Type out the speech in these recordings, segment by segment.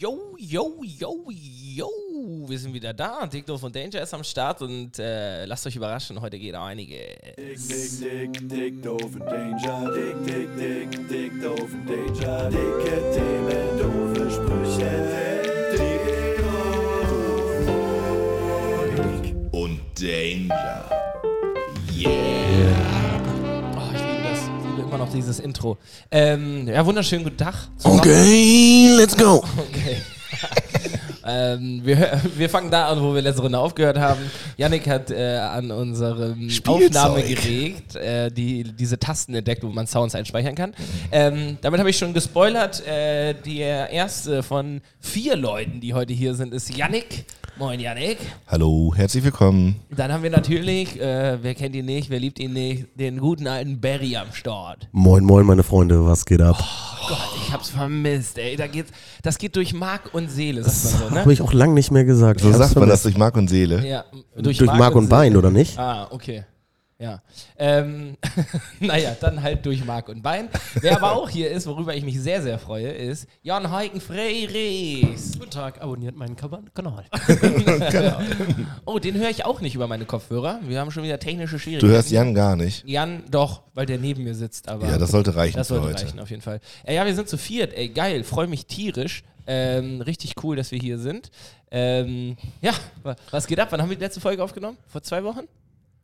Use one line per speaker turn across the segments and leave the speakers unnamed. Yo, yo, yo, yo. Wir sind wieder da. Dicto von Danger ist am Start und äh, lasst euch überraschen, heute geht auch einige.
Dick, dick, dick, dick, doof und danger. Dick, dick, dick, dick, doof und danger. Dicke Themen, doofe Sprüche. Dick, doof. Dick und danger.
Oh, ich liebe das. Ich liebe immer noch dieses Intro. Ähm, ja, wunderschönen guten Tag.
Okay, let's go.
Okay. ähm, wir, hör- wir fangen da an, wo wir letzte Runde aufgehört haben. Yannick hat äh, an unserem
Spielzeug.
Aufnahmegerät äh, die, diese Tasten entdeckt, wo man Sounds einspeichern kann. Ähm, damit habe ich schon gespoilert. Äh, der erste von vier Leuten, die heute hier sind, ist Yannick. Moin, Yannick.
Hallo, herzlich willkommen.
Dann haben wir natürlich, äh, wer kennt ihn nicht, wer liebt ihn nicht, den guten alten Barry am Start.
Moin, moin, meine Freunde, was geht ab?
Oh, Gott, ich hab's vermisst, ey. Da geht's, das geht durch Mark und Seele, sagt man so,
Habe
ne?
ich auch lang nicht mehr gesagt.
So
Ich hab's
sagt man das
vermisst.
durch Mark und Seele.
Ja,
durch, Mark und
Seele.
Bein, oder nicht?
Ah, okay. Ja. Ähm, naja, dann halt durch Mark und Bein. Wer aber auch hier ist, worüber ich mich sehr, sehr freue, ist Jan Heiken Freirichs.
Guten Tag, abonniert meinen Kaban- Kanal.
Oh, den höre ich auch nicht über meine Kopfhörer. Wir haben schon wieder technische
Du
Schwierigkeiten.
hörst Jan gar nicht.
Jan doch, weil der neben mir sitzt, aber.
Ja, das sollte reichen
Das
für
sollte
heute.
reichen, auf jeden Fall. Äh, ja, wir sind zu viert. Ey, geil, freue mich tierisch. Ähm, richtig cool, dass wir hier sind. Ähm, ja, wa- was geht ab? Wann haben wir die letzte Folge aufgenommen? Vor zwei Wochen?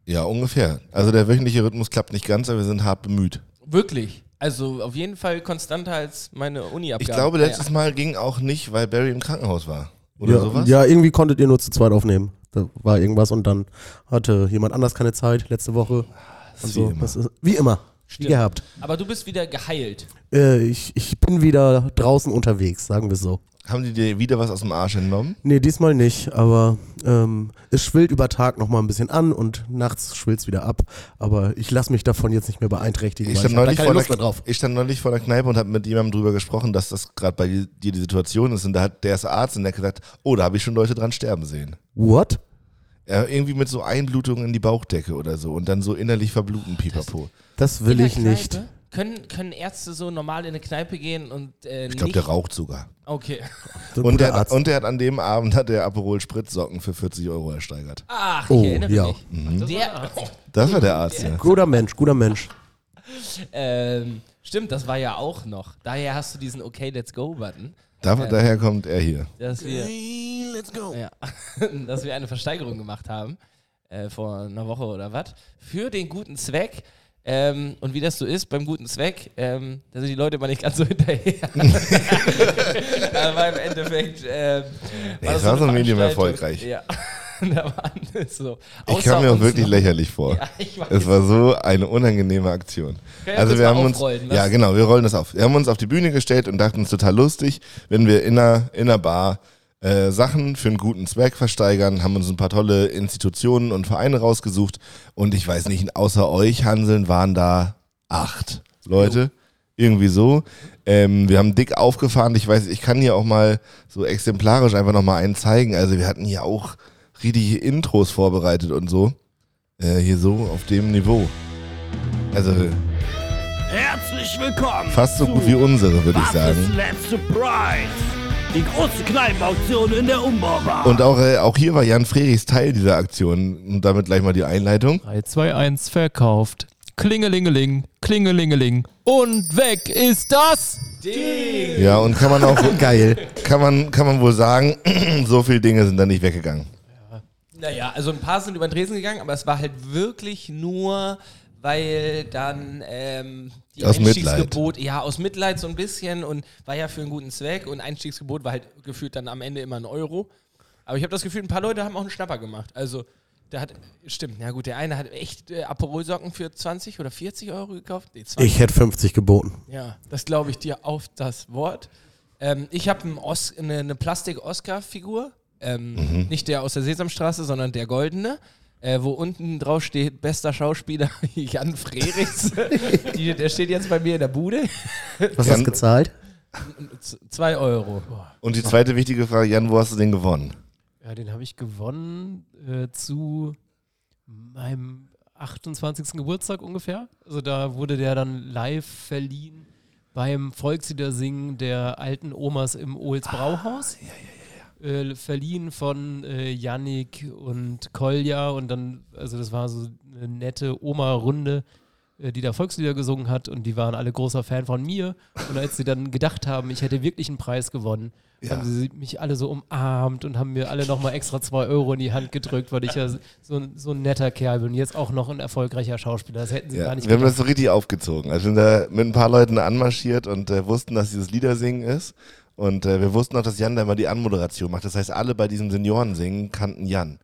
Ja, ungefähr. Also der wöchentliche Rhythmus klappt nicht ganz, aber wir sind hart bemüht.
Wirklich. Also auf jeden Fall konstanter als meine Uni-Abgabe.
Ich glaube,
Naja.
letztes Mal ging auch nicht, weil Barry im Krankenhaus war. Oder
Ja,
sowas?
ja, irgendwie konntet ihr nur zu zweit aufnehmen. Da war irgendwas und dann hatte jemand anders keine Zeit letzte Woche.
ist
Und
wie
so.
immer.
Das ist, wie immer. Wie
Stimmt.
gehabt.
Aber du bist wieder geheilt.
Äh, ich, ich bin wieder draußen unterwegs, sagen wir es so.
Haben die dir wieder was aus dem Arsch entnommen?
Nee, diesmal nicht, aber ähm, es schwillt über Tag nochmal ein bisschen an und nachts schwillt es wieder ab. Aber ich lasse mich davon jetzt nicht mehr beeinträchtigen,
Ich
weil
stand,
ich hab da
neulich
keine
vor
Lust mehr
der,
drauf.
ich stand neulich vor der Kneipe und habe mit jemandem drüber gesprochen, dass das gerade bei dir die Situation ist. Und da hat der ist Arzt und der hat gesagt, oh, da habe ich schon Leute dran sterben sehen.
What?
Ja, irgendwie mit so Einblutungen in die Bauchdecke oder so und dann so innerlich verbluten, pipapo.
Das will
In der
ich nicht.
Kneipe? Können, können Ärzte so normal in eine Kneipe gehen und äh,
Ich glaube,
nicht...
der raucht sogar.
okay.
So ein
Und
guter
der, hat,
Arzt.
und der hat an dem Abend hat der Aperol Spritzsocken für 40 Euro ersteigert.
Ach, ich
Oh,
erinnere
ja.
mich. Der,
Das war der Arzt, ja.
Guter Mensch, guter Mensch.
ähm, stimmt, das war ja auch noch. Daher hast du diesen Okay, let's go-Button.
Da, Daher kommt er hier.
Dass wir...
Let's go.
Ja, dass wir eine Versteigerung gemacht haben, äh, vor einer Woche oder was, für den guten Zweck. Ähm, und wie das so ist beim guten Zweck, ähm, da sind die Leute mal nicht ganz so hinterher. Aber im Endeffekt. Ähm,
Nee, es war so
eine
medium
Veranstaltung.
erfolgreich.
Ja, da waren es so.
Ich kam mir auch wirklich lächerlich vor.
ne? Ja, ich weiß.
Es war so eine unangenehme Aktion.
Können wir
Also
kurz
wir
mal
haben uns,
aufrollen, was-
ja genau, wir rollen das auf. Wir haben uns auf die Bühne gestellt und dachten, es ist total lustig, wenn wir in einer, in einer Bar äh, Sachen für einen guten Zweck versteigern, haben uns ein paar tolle Institutionen und Vereine rausgesucht und ich weiß nicht, außer euch Hanseln waren da acht Leute. Irgendwie so. Ähm, wir haben dick aufgefahren. Ich weiß, ich kann hier auch mal so exemplarisch einfach nochmal einen zeigen. Also wir hatten hier auch richtige Intros vorbereitet und so. Äh, hier so auf dem Niveau. Also
Herzlich willkommen.
fast so
zu
gut wie unsere, würde ich
Was ist
sagen.
letzte Price? Die große Kneipenauktion in der Umbaubar.
Und auch, äh, auch hier war Jan Frerichs Teil dieser Aktion. Und damit gleich mal die Einleitung.
3, 2, 1, verkauft. Klingelingeling, klingelingeling. Und weg ist das!
Ja, und kann man auch. Geil. Kann man, kann man wohl sagen, so viele Dinge sind da nicht weggegangen.
Naja, also ein paar sind über den Dresen gegangen, aber es war halt wirklich nur, weil dann ähm, die
Aus
Einstiegsgebot, ja, aus Mitleid so ein bisschen und war ja für einen guten Zweck und Einstiegsgebot war halt gefühlt dann am Ende immer ein Euro. Aber ich habe das Gefühl, ein paar Leute haben auch einen Schnapper gemacht. Also, da hat, stimmt, ja gut, der eine hat echt äh, Aperolsocken für 20 oder 40 Euro gekauft. Nee, 20.
Ich hätte 50 geboten.
Ja, das glaube ich dir auf das Wort. Ähm, ich habe ein Os eine, eine Plastik-Oscar-Figur. Ähm,
Mhm.
Nicht der aus der Sesamstraße, sondern der goldene. Äh, wo unten drauf steht, bester Schauspieler Jan Frerichs. Die, der steht jetzt bei mir in der Bude.
Was
Jan-
hast du gezahlt?
Z zwei Euro.
Und die zweite wichtige Frage, Jan, wo hast du den gewonnen?
Ja, den habe ich gewonnen äh, zu meinem 28. Geburtstag ungefähr. Also da wurde der dann live verliehen beim Volksliedersingen der alten Omas im Ohls
Ah,
Brauhaus. Äh, verliehen von äh, Yannick und Kolja und dann, also das war so eine nette Oma-Runde, äh, die da Volkslieder gesungen hat und die waren alle großer Fan von mir. Und als sie dann gedacht haben, ich hätte wirklich einen Preis gewonnen, haben sie mich alle so umarmt und haben mir alle nochmal extra zwei Euro in die Hand gedrückt, weil ich ja so, ein- so ein netter Kerl bin und jetzt auch noch ein erfolgreicher Schauspieler. Das hätten sie
Ja,
gar nicht
wir haben
gedacht.
das so richtig aufgezogen. Also wir sind da mit ein paar Leuten anmarschiert und äh, wussten, dass dieses Liedersingen ist. Und äh, wir wussten auch, dass Jan da immer die Anmoderation macht. Das heißt, alle bei diesem Seniorensingen kannten Jan.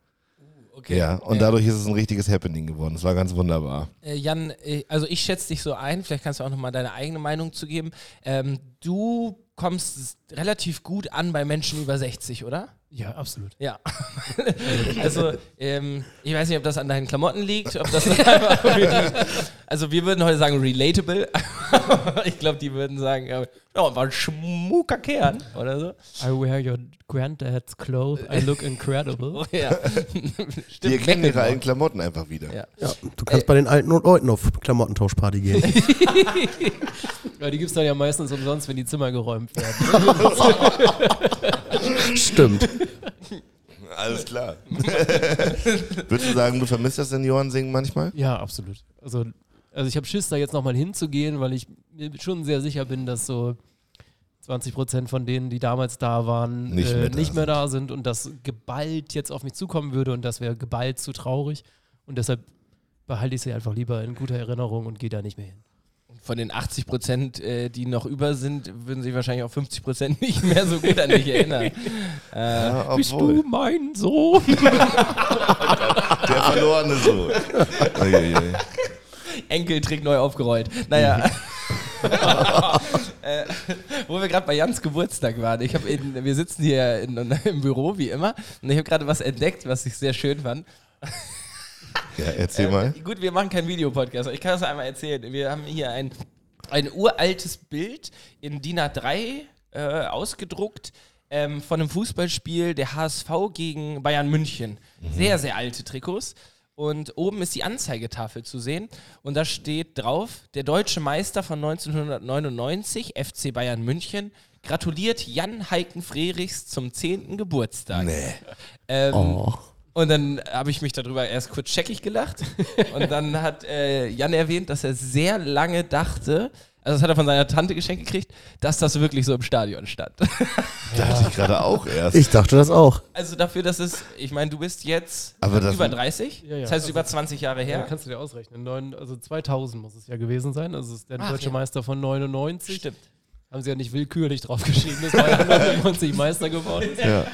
Okay.
Ja, und dadurch ist es ein richtiges Happening geworden. Das war ganz wunderbar.
Äh, Jan, äh, also ich schätze dich so ein, vielleicht kannst du auch nochmal deine eigene Meinung zu geben. Ähm, du kommst s- relativ gut an bei Menschen über 60, oder?
Ja, absolut.
Ja. also, ähm, ich weiß nicht, ob das an deinen Klamotten liegt, ob das einfach wirklich- Also, wir würden heute sagen relatable. ich glaube, die würden sagen, äh, ja, war ein schmucker Kern oder so.
I wear your granddad's clothes. I look incredible.
Ja.
Die
Stimmt,
erkennen ihre
Mecklenburg.
alten Klamotten einfach wieder.
Ja.
Ja, du kannst bei den alten und Leuten auf Klamottentauschparty gehen.
Ja, die gibt es dann ja meistens umsonst, wenn die Zimmer geräumt werden.
Stimmt.
Alles klar. Würdest du sagen, du vermisst das Seniorensingen manchmal?
Ja, absolut. Also, also ich habe Schiss, da jetzt nochmal hinzugehen, weil ich mir schon sehr sicher bin, dass so 20 Prozent von denen, die damals da waren,
Nicht
äh,
mehr da
nicht mehr da sind und das geballt jetzt auf mich zukommen würde und das wäre geballt zu traurig. Und deshalb behalte ich sie einfach lieber in guter Erinnerung und gehe da nicht mehr hin.
Von den 80 Prozent, äh, die noch über sind, würden sich wahrscheinlich auch 50 Prozent nicht mehr so gut an dich erinnern.
Ja, obwohl.
mein Sohn?
Der verlorene Sohn. Uiuiui.
Enkeltrick neu aufgerollt. Naja. äh, wo wir gerade bei Jans Geburtstag waren. Ich hab in, wir sitzen hier in, im Büro, wie immer. Und ich habe gerade was entdeckt, was ich sehr schön fand.
ja, erzähl
Äh,
mal.
Ähm, Gut, wir machen keinen Videopodcast, aber ich kann das einmal erzählen. Wir haben hier ein, ein uraltes Bild in DIN A3 äh, ausgedruckt ähm, von einem Fußballspiel der HSV gegen Bayern München.
Mhm.
Sehr, sehr alte Trikots. Und oben ist die Anzeigetafel zu sehen. Und da steht drauf, der deutsche Meister von 1999, FC Bayern München, gratuliert Jan Heiken Frerichs zum 10. Geburtstag.
Nee. Oh.
Ähm, Und dann habe ich mich darüber erst kurz scheckig gelacht. Und dann hat äh, Jan erwähnt, dass er sehr lange dachte, also das hat er von seiner Tante geschenkt gekriegt, dass das wirklich so im Stadion stand.
Dachte ich gerade auch erst.
Ich dachte das auch.
Also dafür, dass es, ich meine, du bist jetzt
Aber das-
über 30,
Ja, ja.
das heißt
Also-
über 20 Jahre
Ja,
her.
kannst du dir ausrechnen. Neun, also 2000 muss es ja gewesen sein. Also es ist der
Ach,
deutsche
ja.
Meister von 99.
Stimmt.
Haben sie ja nicht willkürlich draufgeschrieben, dass Bayern 99 Meister geworden ist.
ja.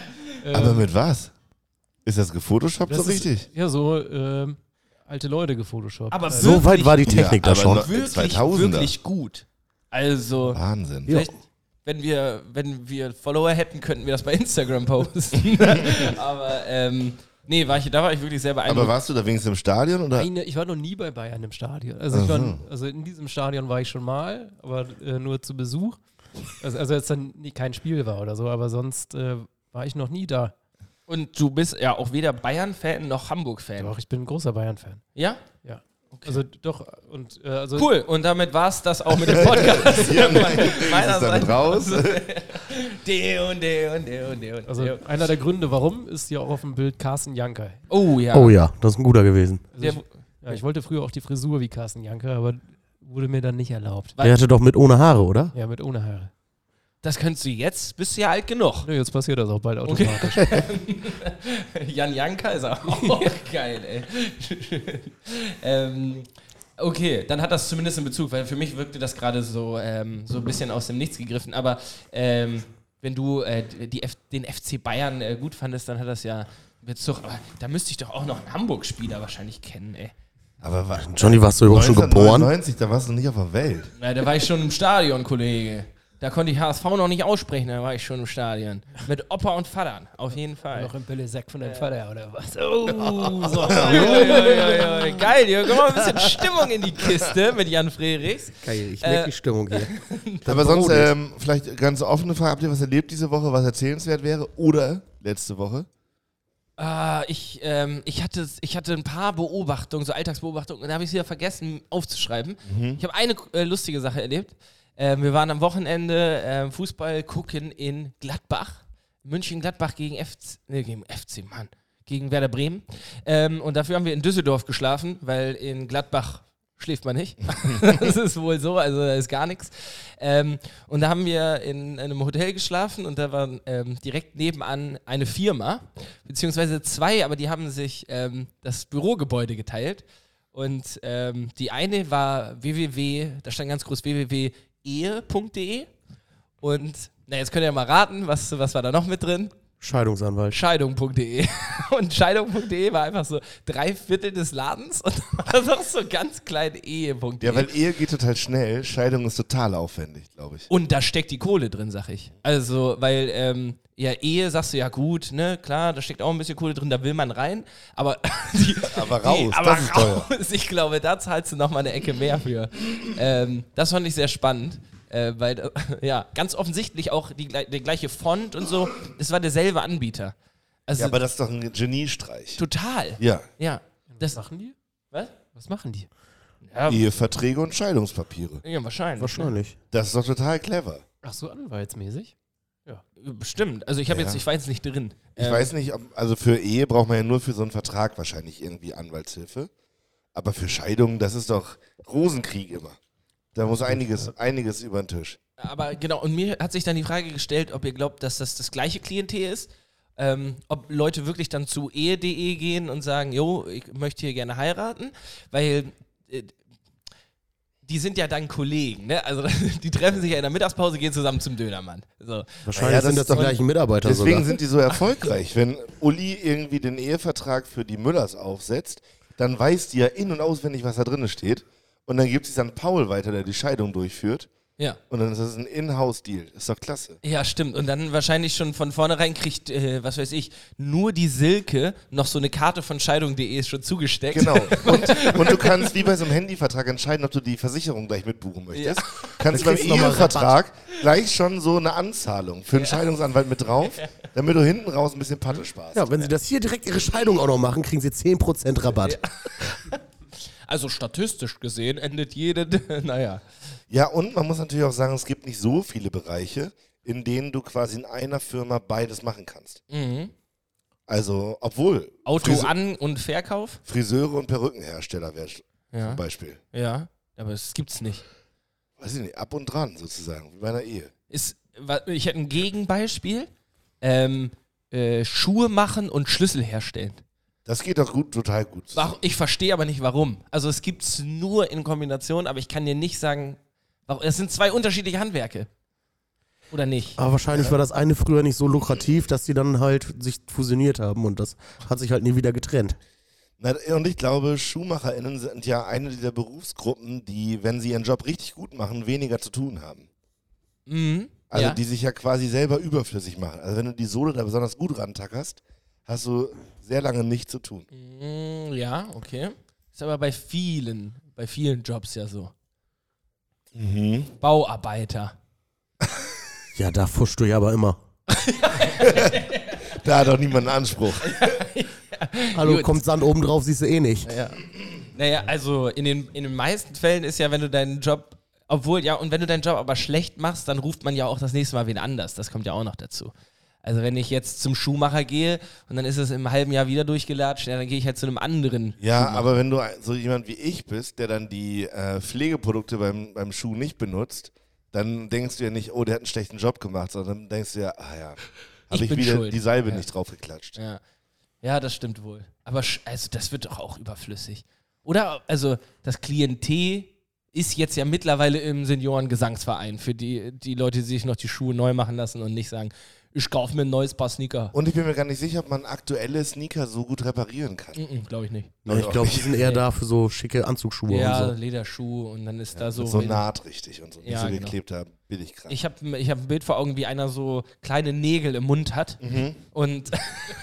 Aber mit was? Ist das gefotoshoppt so
Das ist-
richtig?
Ja, so ähm, alte Leute gefotoshoppt.
Aber
Also,
So weit war die Technik
Ja,
da schon.
aber
Wirklich,
2000er.
wirklich gut. Also,
Wahnsinn.
vielleicht, wenn wir, wenn wir Follower hätten, könnten wir das bei Instagram posten. Aber, ähm, nee, war ich, da war ich wirklich sehr beeindruckt.
Aber warst du da wenigstens im Stadion oder?
eine, ich war noch nie bei Bayern im Stadion. Also, ich war, also in diesem Stadion war ich schon mal, aber äh, nur zu Besuch. Also, also als dann nie, kein Spiel war oder so, aber sonst äh, war ich noch nie da.
Und du bist ja auch weder Bayern-Fan noch Hamburg-Fan.
Doch, ich bin ein großer Bayern-Fan.
Ja?
Ja. Also doch, und äh, also
Cool. Und damit war es das auch mit dem Podcast.
Ja, mein, ist es dann
Meinerseits.
raus?
de und de und de und de und
Also
de.
einer der Gründe, warum, ist ja auch auf dem Bild Carsten Janker.
Oh ja.
Oh ja, das ist ein guter gewesen.
Also
Der,
ich, ja, ich wollte früher auch die Frisur wie Carsten Janker, aber wurde mir dann nicht erlaubt.
Was?
Der hatte doch mit ohne Haare, oder?
Ja, mit ohne Haare.
das könntest du jetzt, bist du ja alt genug.
Nö, jetzt passiert das auch bald
Okay.
automatisch.
Jan Janka ist auch Oh, geil, ey. ähm, okay, dann hat das zumindest einen Bezug, weil für mich wirkte das gerade so, ähm, so ein bisschen aus dem Nichts gegriffen. Aber ähm, wenn du äh, die F den FC Bayern äh, gut fandest, dann hat das ja Bezug. Aber da müsste ich doch auch noch einen Hamburg-Spieler wahrscheinlich kennen, ey.
Aber war,
Johnny, warst du überhaupt schon geboren?
1999, da warst du noch nicht auf der Welt.
Na, da war ich schon im Stadion, Kollege. Da konnte ich HSV noch nicht aussprechen, da war ich schon im Stadion. Mit Opa und Vatern, auf jeden Fall.
Noch im Billesack von deinem Vater oder was?
Oh, so. Ui, ui, ui, ui. Geil, Jürgen. Komm mal ein bisschen Stimmung in die Kiste mit Jan Frerichs.
Geil, ich
merk Äh, die
Stimmung hier.
Aber sonst ähm, vielleicht ganz offene Frage, habt ihr was erlebt diese Woche, was erzählenswert wäre? Oder letzte Woche?
Ah, ich, ähm, ich, hatte, ich hatte ein paar Beobachtungen, so Alltagsbeobachtungen, und da habe ich es wieder vergessen aufzuschreiben. Ich habe eine äh, lustige Sache erlebt. Ähm, wir waren am Wochenende ähm, Fußball gucken in Gladbach. München-Gladbach gegen FC, nee, gegen FC, Mann, gegen Werder Bremen. Ähm, und dafür haben wir in Düsseldorf geschlafen, weil in Gladbach schläft man nicht. das ist wohl so, also da ist gar nichts. Ähm, und da haben wir in einem Hotel geschlafen und da war ähm, direkt nebenan eine Firma, beziehungsweise zwei, aber die haben sich ähm, das Bürogebäude geteilt. Und ähm, die eine war www, da stand ganz groß E www.ehe.de. Und na, jetzt könnt ihr mal raten, was, was war da noch mit drin?
Scheidungsanwalt.
Scheidung.de. E. Und Scheidung.de E war einfach so drei Viertel des Ladens und dann war noch so ganz klein E Ehe.de.
Ja, weil Ehe geht total schnell, Scheidung ist total aufwendig, glaube ich.
Und da steckt die Kohle drin, sag ich. Also, weil, ähm, ja, Ehe sagst du ja gut, ne, klar, da steckt auch ein bisschen Kohle drin, da will man rein, aber, die,
Aber raus,
die-
das
aber
ist
raus, ich glaube, da zahlst du nochmal eine Ecke mehr für. ähm, das fand ich sehr spannend. Äh, weil, da- ja, ganz offensichtlich auch die, gle- der gleiche Font und so, es war derselbe Anbieter. Also,
Ja, aber das ist doch ein Geniestreich.
total.
Ja,
Ja,
Was
das,
machen die?
was?
Was machen die?
Eheverträge und Scheidungspapiere.
Ja, wahrscheinlich. ne?
Wahrscheinlich.
Das ist doch total clever.
Ach so, anwaltsmäßig.
Ne? Bestimmt. Also ich habe
Ja.
jetzt, ich war jetzt nicht drin.
Ich
Ähm,
weiß nicht, ob, also für Ehe braucht man ja nur für so einen Vertrag wahrscheinlich irgendwie Anwaltshilfe. Aber für Scheidung, das ist doch Rosenkrieg immer. Da muss einiges, einiges über den Tisch.
Aber genau, und mir hat sich dann die Frage gestellt, ob ihr glaubt, dass das das gleiche Klientel ist. Ähm, ob Leute wirklich dann zu ehe.de gehen und sagen, jo, ich möchte hier gerne heiraten, weil äh, die sind ja dann Kollegen, ne? Also die treffen sich ja in der Mittagspause, gehen zusammen zum Dönermann. So.
Wahrscheinlich
Ja, das
sind das
ist
die
doch-
gleichen Mitarbeiter
Deswegen
sogar.
sind die so erfolgreich. Wenn Uli irgendwie den Ehevertrag für die Müllers aufsetzt, dann weiß die ja in- und auswendig, was da drin steht. Und dann gibt es dann Paul weiter, der die Scheidung durchführt.
Ja.
Und dann ist das ein In-House-Deal. Ist doch klasse.
Ja, stimmt. Und dann wahrscheinlich schon von vornherein kriegt, äh, was weiß ich, nur die Silke noch so eine Karte von Scheidung.de ist schon zugesteckt.
Genau. Und, und du kannst wie bei so einem Handyvertrag entscheiden, ob du die Versicherung gleich mitbuchen möchtest. Kannst beim
kriegst du noch mal
Ehevertrag gleich schon so eine Anzahlung für einen Scheidungsanwalt mit drauf, damit du hinten raus ein bisschen Patte sparst.
Ja, wenn sie das hier direkt ihre Scheidung auch noch machen, kriegen sie 10% Rabatt.
Also statistisch gesehen endet jede, naja.
Ja, und man muss natürlich auch sagen, es gibt nicht so viele Bereiche, in denen du quasi in einer Firma beides machen kannst. Also, obwohl
Mhm. Auto
Friseur-
an und Verkauf?
Friseure und Perückenhersteller wäre
Ja.
zum Beispiel.
Ja, aber es gibt's nicht.
Weiß ich nicht, ab und dran sozusagen, wie bei einer Ehe.
Ist, wa- ich hätte ein Gegenbeispiel. Ähm, äh, Schuhe machen und Schlüssel herstellen.
Das geht doch gut, total gut. zusammen.
Wa- Ich verstehe aber nicht warum. Also es gibt's nur in Kombination, aber ich kann dir nicht sagen, warum. Es sind zwei unterschiedliche Handwerke. Oder nicht?
Aber wahrscheinlich war das eine früher nicht so lukrativ, dass die dann halt sich fusioniert haben und das hat sich halt nie wieder getrennt.
Na, und ich glaube, SchuhmacherInnen sind ja eine dieser Berufsgruppen, die, wenn sie ihren Job richtig gut machen, weniger zu tun haben.
Mhm.
Also
ja.
die sich ja quasi selber überflüssig machen. Also wenn du die Sohle da besonders gut rantackerst, hast du sehr lange nichts zu tun.
Mm, ja, okay. Ist aber bei vielen, bei vielen Jobs ja so.
Mhm.
Bauarbeiter.
Ja, da fuschst du ja aber immer.
Da hat doch niemand einen Anspruch.
Hallo,
Gut.
kommt Sand oben drauf, siehst du eh nicht.
Naja, also in den, in den meisten Fällen ist ja, wenn du deinen Job, obwohl, ja, und wenn du deinen Job aber schlecht machst, dann ruft man ja auch das nächste Mal wen anders. Das kommt ja auch noch dazu. Also wenn ich jetzt zum Schuhmacher gehe und dann ist es im halben Jahr wieder durchgelatscht, ja, dann gehe ich halt zu einem anderen.
Ja, aber wenn du ein- so jemand wie ich bist, der dann die äh, Pflegeprodukte beim, beim Schuh nicht benutzt, dann denkst du ja nicht, oh, der hat einen schlechten Job gemacht, sondern dann denkst du ja, ah ja,
Ich
habe ich,
bin
wieder
schuld.
die Salbe
Ja.
nicht draufgeklatscht.
Ja. ja, das stimmt wohl. Aber sch- also das wird doch auch überflüssig. Oder, also das Klientel ist jetzt ja mittlerweile im Seniorengesangsverein für die, die Leute, die sich noch die Schuhe neu machen lassen und nicht sagen, ich kaufe mir ein neues Paar Sneaker.
Und ich bin mir gar nicht sicher, ob man aktuelle Sneaker so gut reparieren kann.
Mm Glaube ich nicht.
Ja, ich glaube, die sind eher da für so schicke Anzugsschuhe
Ja,
und so.
Lederschuh und dann ist da so.
so, so naht richtig und so. Nicht
Ja,
so
genau.
geklebter Billigkram.
ich habe ich hab ein Bild vor Augen, wie einer so kleine Nägel im Mund hat
Mhm.
und,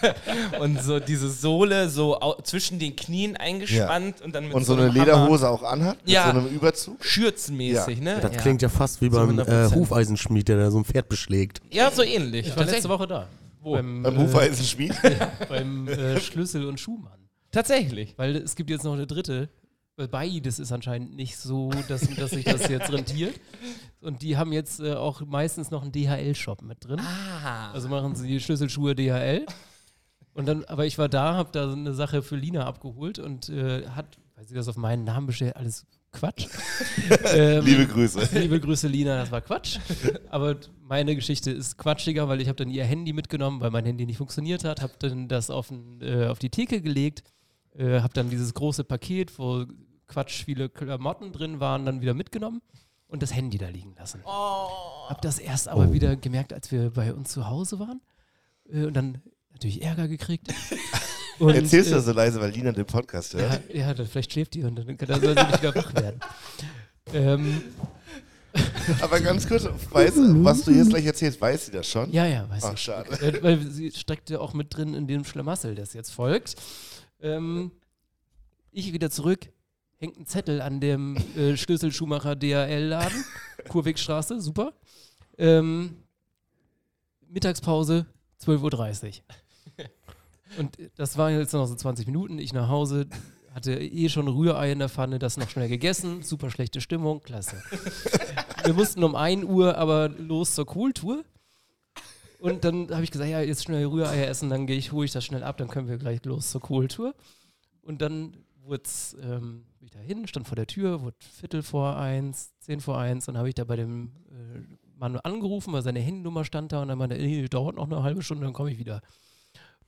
und so diese Sohle so au- zwischen den Knien eingespannt und dann mit
und so eine
einem Hammer
Lederhose auch anhat, mit
Ja.
so einem Überzug.
schürzenmäßig,
Ja,
ne?
Das
ja.
klingt ja fast wie beim äh,
100%.
Hufeisenschmied, der da so ein Pferd beschlägt.
ja so ähnlich.
Ich war letzte Woche da.
Äh.
Beim Hufeisenschmied.
Äh, beim äh, Schlüssel- und Schuhmann.
Tatsächlich.
Weil es gibt jetzt noch eine dritte Beides ist anscheinend nicht so, dass, dass sich das jetzt rentiert. Und die haben jetzt äh, auch meistens noch einen DHL-Shop mit drin. Also machen sie die Schlüsselschuhe DHL. Und dann, aber ich war da, habe da so eine Sache für Lina abgeholt und äh, hat, weil sie das auf meinen Namen bestellt, alles Quatsch. Ähm,
Liebe Grüße.
Liebe Grüße, Lina, das war Quatsch. Aber meine Geschichte ist quatschiger, weil ich habe dann ihr Handy mitgenommen, weil mein Handy nicht funktioniert hat, habe dann das auf, den, äh, auf die Theke gelegt, äh, habe dann dieses große Paket, wo Quatsch viele Klamotten drin waren, dann wieder mitgenommen und das Handy da liegen lassen. Habe das erst aber
Oh.
wieder gemerkt, als wir bei uns zu Hause waren äh, und dann natürlich Ärger gekriegt. Und,
Erzählst du
äh,
das so leise, weil Lina den Podcast hört?
ja, ja, dann vielleicht schläft die und dann kann dann soll sie nicht wieder wach werden. Ähm,
Aber ganz kurz, weißt du, was du jetzt gleich erzählst, weiß sie das schon?
ja, ja, weiß
Ach,
ich.
schade.
Äh, Weil sie steckte auch mit drin in dem Schlamassel, das jetzt folgt. Ähm, ich wieder zurück, hängt ein Zettel an dem äh, Schlüsselschuhmacher DHL-Laden, Kurwegstraße, super. Ähm, Mittagspause, 12.30 Uhr. Und das waren jetzt noch so 20 Minuten, ich nach Hause, hatte eh schon Rührei in der Pfanne, das noch schnell gegessen, super schlechte Stimmung, klasse. Wir mussten um 1 Uhr aber los zur Kohltour. Und dann habe ich gesagt, ja, jetzt schnell Rühreier essen, dann gehe ich, hole ich das schnell ab, dann können wir gleich los zur Kohltour. Und dann wurde es ähm, bin ich da hin, stand vor der Tür, wurde Viertel vor eins, zehn vor eins, dann habe ich da bei dem äh, Mann angerufen, weil seine Handynummer stand da und dann meinte, er, "Ey, dauert noch eine halbe Stunde, dann komme ich wieder.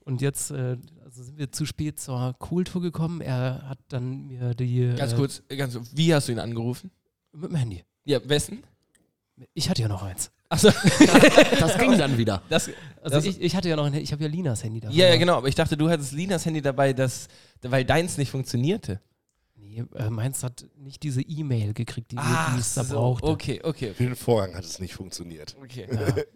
Und jetzt äh, also sind wir zu spät zur Kohltour gekommen. Er hat dann mir die.
Ganz
äh,
kurz, ganz, kurz, wie hast du ihn angerufen?
Mit dem Handy.
Ja, wessen?
Ich hatte ja noch eins.
Achso,
Das ging dann wieder.
das.
Also
Das-
ich, ich hatte ja noch ein, ich habe ja Linas Handy da.
Ja, ja, genau, aber ich dachte, du hattest Linas Handy dabei, das, weil deins nicht funktionierte.
Nee, äh, meins hat nicht diese E-Mail gekriegt, die wir- die es da brauchte.
okay, okay.
Für den Vorhang hat es nicht funktioniert.
okay.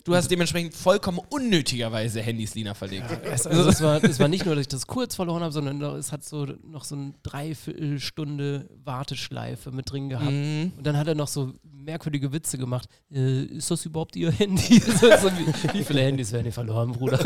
Du hast dementsprechend vollkommen unnötigerweise Handys Lina verlegt.
Es, also es, war, es war nicht nur, dass ich das kurz verloren habe, sondern noch- es hat so noch so eine Dreiviertelstunde Warteschleife mit drin gehabt.
Mhm.
Und dann hat er noch so merkwürdige Witze gemacht. Äh, ist das überhaupt Ihr Handy? so, so, wie, wie viele Handys werden hier verloren, Bruder?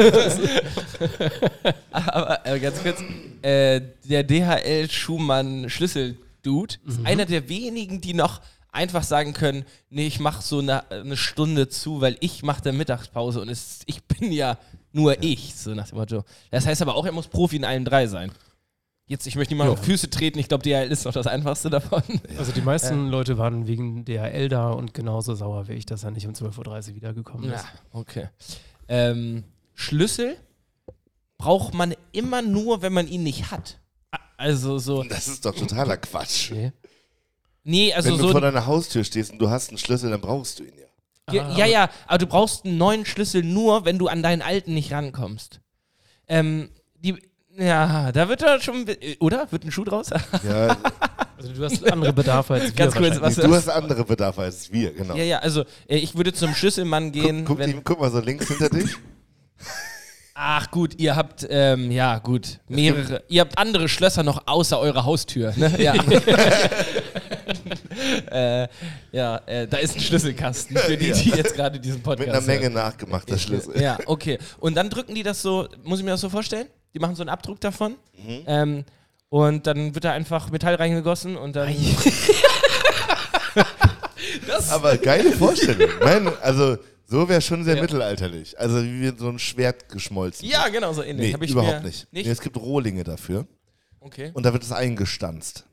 Aber äh, ganz kurz, äh, der DHL Schumann Schlüssel Dude ist einer der wenigen, die noch einfach sagen können, nee, ich mache so eine, eine Stunde zu, weil ich mache dann Mittagspause und es, ich bin ja nur ich, so nach dem Motto. Das heißt aber auch, er muss Profi in allen drei sein. Jetzt, ich möchte niemanden auf Füße treten, ich glaube, DHL ist noch das einfachste davon.
Also die meisten Leute waren wegen DHL da und genauso sauer wie ich, dass er nicht um 12.30 Uhr wiedergekommen
Ja, okay. Ähm, Schlüssel braucht man immer nur, wenn man ihn nicht hat. A- Also so,
Das ist doch totaler Quatsch.
Okay.
nee, also
Wenn du
so,
vor deiner Haustür stehst und du hast einen Schlüssel, dann brauchst du ihn ja.
Ge-
Ah,
ja,
aber-
ja, aber du brauchst einen neuen Schlüssel nur, wenn du an deinen alten nicht rankommst. Ähm, die, ja, da wird er schon, äh, oder? Wird ein Schuh draus?
ja
Also du hast andere Bedarfe als wir
Ganz kurz,
wahrscheinlich.
was
du hast andere Bedarfe als wir, genau.
Ja, ja, also äh, ich würde zum Schlüsselmann gehen.
Guck, guck,
wenn,
ihm, guck mal so links hinter dich.
ach gut, ihr habt, ähm, ja gut, mehrere, ihr habt andere Schlösser noch außer eurer Haustür. Ne? Ja, äh, ja äh, da ist ein Schlüsselkasten für die, die jetzt gerade diesen Podcast
Mit einer
hören.
Menge nachgemachter Schlüssel.
Ja, okay. Und dann drücken die das so, muss ich mir das so vorstellen? Die machen so einen Abdruck davon.
Mhm.
Ähm, und dann wird da einfach Metall reingegossen und dann.
Aber geile Vorstellung. Nein, also so wäre schon sehr
Ja.
mittelalterlich. Also wie wir so ein Schwert geschmolzen.
ja, genau, so ähnlich.
nee,
Hab ich
überhaupt
mir-
nicht. Nee, es gibt Rohlinge dafür
Okay.
und da wird es eingestanzt.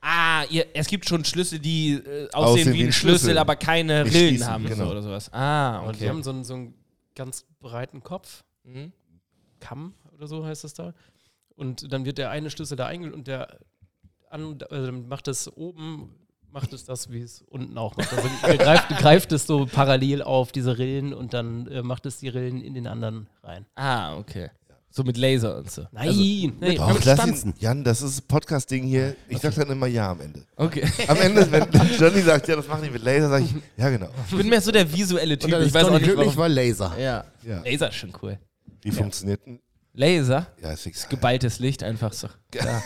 Ah, ihr, es gibt schon Schlüssel, die äh, aussehen,
Aussehen
wie ein Schlüssel, aber keine
Nicht
Rillen
schließen,
haben
genau.
so oder sowas. Ah,
Und
okay.
wir haben so einen, so einen ganz breiten Kopf,
Mhm.
Kamm oder so heißt das da. Und dann wird der eine Schlüssel da eingelöst und der an, also dann macht das oben, macht es das, wie es unten auch macht. Also er greift, greift es so parallel auf diese Rillen und dann äh, macht es die Rillen in den anderen rein.
Ah, okay. So mit Laser und so.
Nein,
Also,
nee.
Doch, lass ihn,
stanzen.
Jan, das ist Podcast-Ding hier. Ich sag dann immer ja am Ende.
okay.
Am Ende, wenn Johnny sagt, ja, das machen die mit Laser, sag ich, ja genau.
Ich bin mehr so der visuelle
Und
Typ.
dann
Ich
ist
weiß
Johnny
auch nicht,
glücklich,
warum.
weil Laser.
Ja.
Ja.
Laser ist schon cool.
Wie funktioniert denn?
Laser?
Ja, ist egal.
geballtes Licht einfach so. Ja.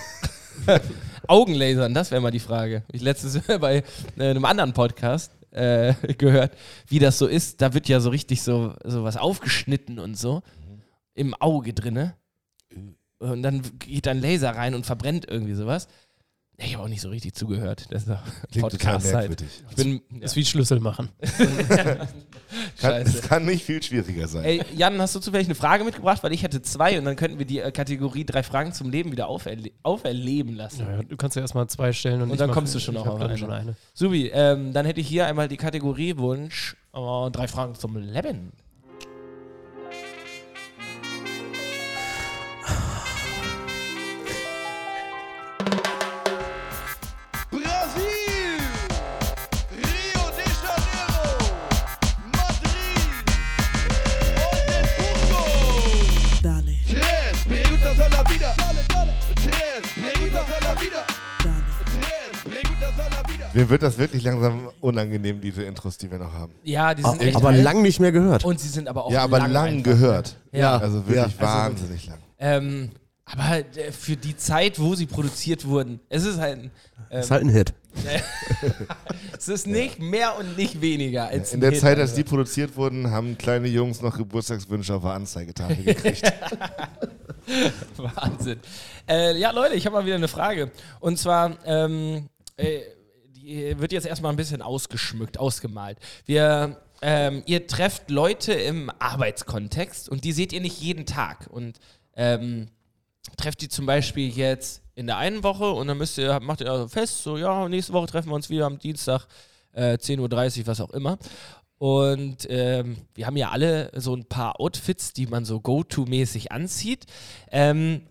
Augenlasern, das wäre mal die Frage. Hab Ich letztens bei äh, einem anderen Podcast äh, gehört, wie das so ist. Da wird ja so richtig so, so was aufgeschnitten und so im Auge drinne. Und dann geht dann Laser rein und verbrennt irgendwie sowas. Ich habe auch nicht so richtig zugehört. Das ist auch
Klingt total
Podcast halt.
merkwürdig.
Ich bin
Ist wie Schlüssel machen.
Kann, es
scheiße.
kann nicht viel schwieriger sein.
Ey, Jan, hast du zufällig eine Frage mitgebracht? Weil ich hätte zwei und dann könnten wir die äh, Kategorie drei Fragen zum Leben wieder auferle auferleben lassen.
Ja, ja, du kannst ja erstmal zwei stellen und,
Und
ich
dann
mach-
kommst du schon
ich
auch
hab
auf
dann
eine.
schon eine.
Subi, ähm, dann hätte ich hier einmal die Kategorie Wunsch äh, drei Fragen zum Leben.
Brasil, Rio de Janeiro, Madrid, Oldenburgo.
Dale,
Tres preguntas a la vida. Tres preguntas a la vida.
dale.
Tres preguntas a la vida.
Mir wird das wirklich langsam unangenehm, diese Intros, die wir noch haben.
Ja, die sind echt
aber
geil.
lang nicht mehr gehört.
Und sie sind aber auch
Ah, ja, aber
lang.
lang,
einfach. ne?
gehört.
Ja.
Also wirklich wahnsinnig lang.
Ähm, aber äh, für die Zeit, wo sie produziert wurden, es ist halt, ein-
ist halt ein Hit.
es ist nicht mehr und nicht weniger als also
In
ein
der
Hit.
Zeit, als die produziert wurden, haben kleine Jungs noch Geburtstagswünsche auf der Anzeigetafel gekriegt.
Wahnsinn. Äh, ja, Leute, ich habe mal wieder eine Frage. Und zwar, ähm, äh, die wird jetzt erstmal ein bisschen ausgeschmückt, ausgemalt. Wir, ähm, ihr trefft Leute im Arbeitskontext und die seht ihr nicht jeden Tag. Und ähm, trefft die zum Beispiel jetzt in der einen Woche und dann müsst ihr, macht ihr also fest, so ja, nächste Woche treffen wir uns wieder am Dienstag, äh, 10.30 Uhr, was auch immer. Und ähm, wir haben ja alle so ein paar Outfits, die man so go-to-mäßig anzieht. Ähm,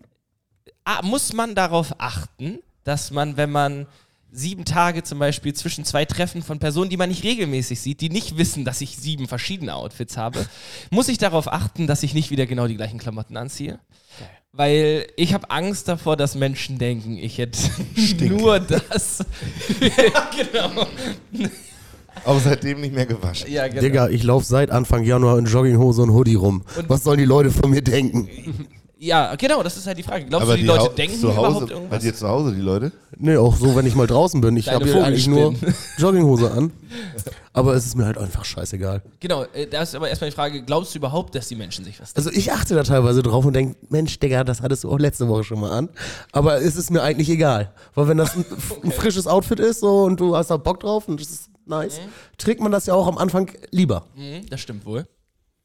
ah, muss man darauf achten, dass man, wenn man sieben Tage zum Beispiel zwischen zwei Treffen von Personen, die man nicht regelmäßig sieht, die nicht wissen, dass ich sieben verschiedene Outfits habe, muss ich darauf achten, dass ich nicht wieder genau die gleichen Klamotten anziehe? Weil ich habe Angst davor, dass Menschen denken, ich hätte nur das. genau.
Aber seitdem nicht mehr gewaschen.
Ja, genau.
Digga, ich laufe seit Anfang Januar in Jogginghose und Hoodie rum. Was sollen die Leute von mir denken?
Ja, genau, das ist halt die Frage. Glaubst
aber
du, die, Leute
Hau-
denken
zu Hause,
überhaupt
Bei
irgendwas?
dir zu Hause, die Leute?
Nee, auch so, wenn ich mal draußen bin. Ich
Deine
habe hier eigentlich nur
Vogelspinnen.
Jogginghose an. Aber es ist mir halt einfach scheißegal.
Genau, äh, da ist aber erstmal die Frage, glaubst du überhaupt, dass die Menschen sich was
Also ich achte da teilweise drauf und denke, Mensch, Digga, das hattest du auch letzte Woche schon mal an. Aber es ist mir eigentlich egal. Weil wenn das ein, ein frisches Outfit ist so, und du hast da Bock drauf und das ist nice,
Mhm.
trägt man das ja auch am Anfang lieber.
denken? Mhm, Das stimmt wohl.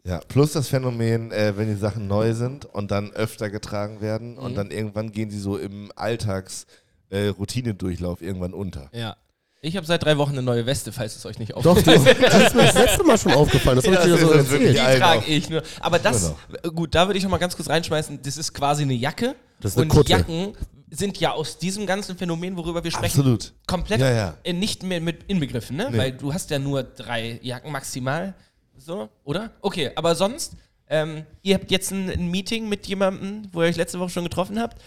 Ja. Plus das Phänomen, äh, wenn die Sachen neu sind und dann öfter getragen werden
Mhm.
und dann irgendwann gehen sie so im Alltags- äh, Routine-Durchlauf irgendwann unter.
Ja. Ich habe seit drei Wochen eine neue Weste, falls es euch nicht
Doch,
auffällt.
das, das ist mir das letzte Mal schon aufgefallen. Das habe ich
Ja,
dir
das
so
ist das
erzählt.
wirklich.
Die
Alter.
trage ich nur. Aber das,
Genau.
äh, gut, da würde ich nochmal ganz kurz reinschmeißen. Das ist quasi eine Jacke.
Das ist eine
und
Kutte.
Jacken sind ja aus diesem ganzen Phänomen, worüber wir sprechen,
Absolut.
komplett
Ja, ja.
äh, nicht mehr mit inbegriffen, ne?
Nee.
Weil du hast ja nur drei Jacken maximal. So, oder? Okay, aber sonst, ähm, ihr habt jetzt ein, ein Meeting mit jemandem, wo ihr euch letzte Woche schon getroffen habt.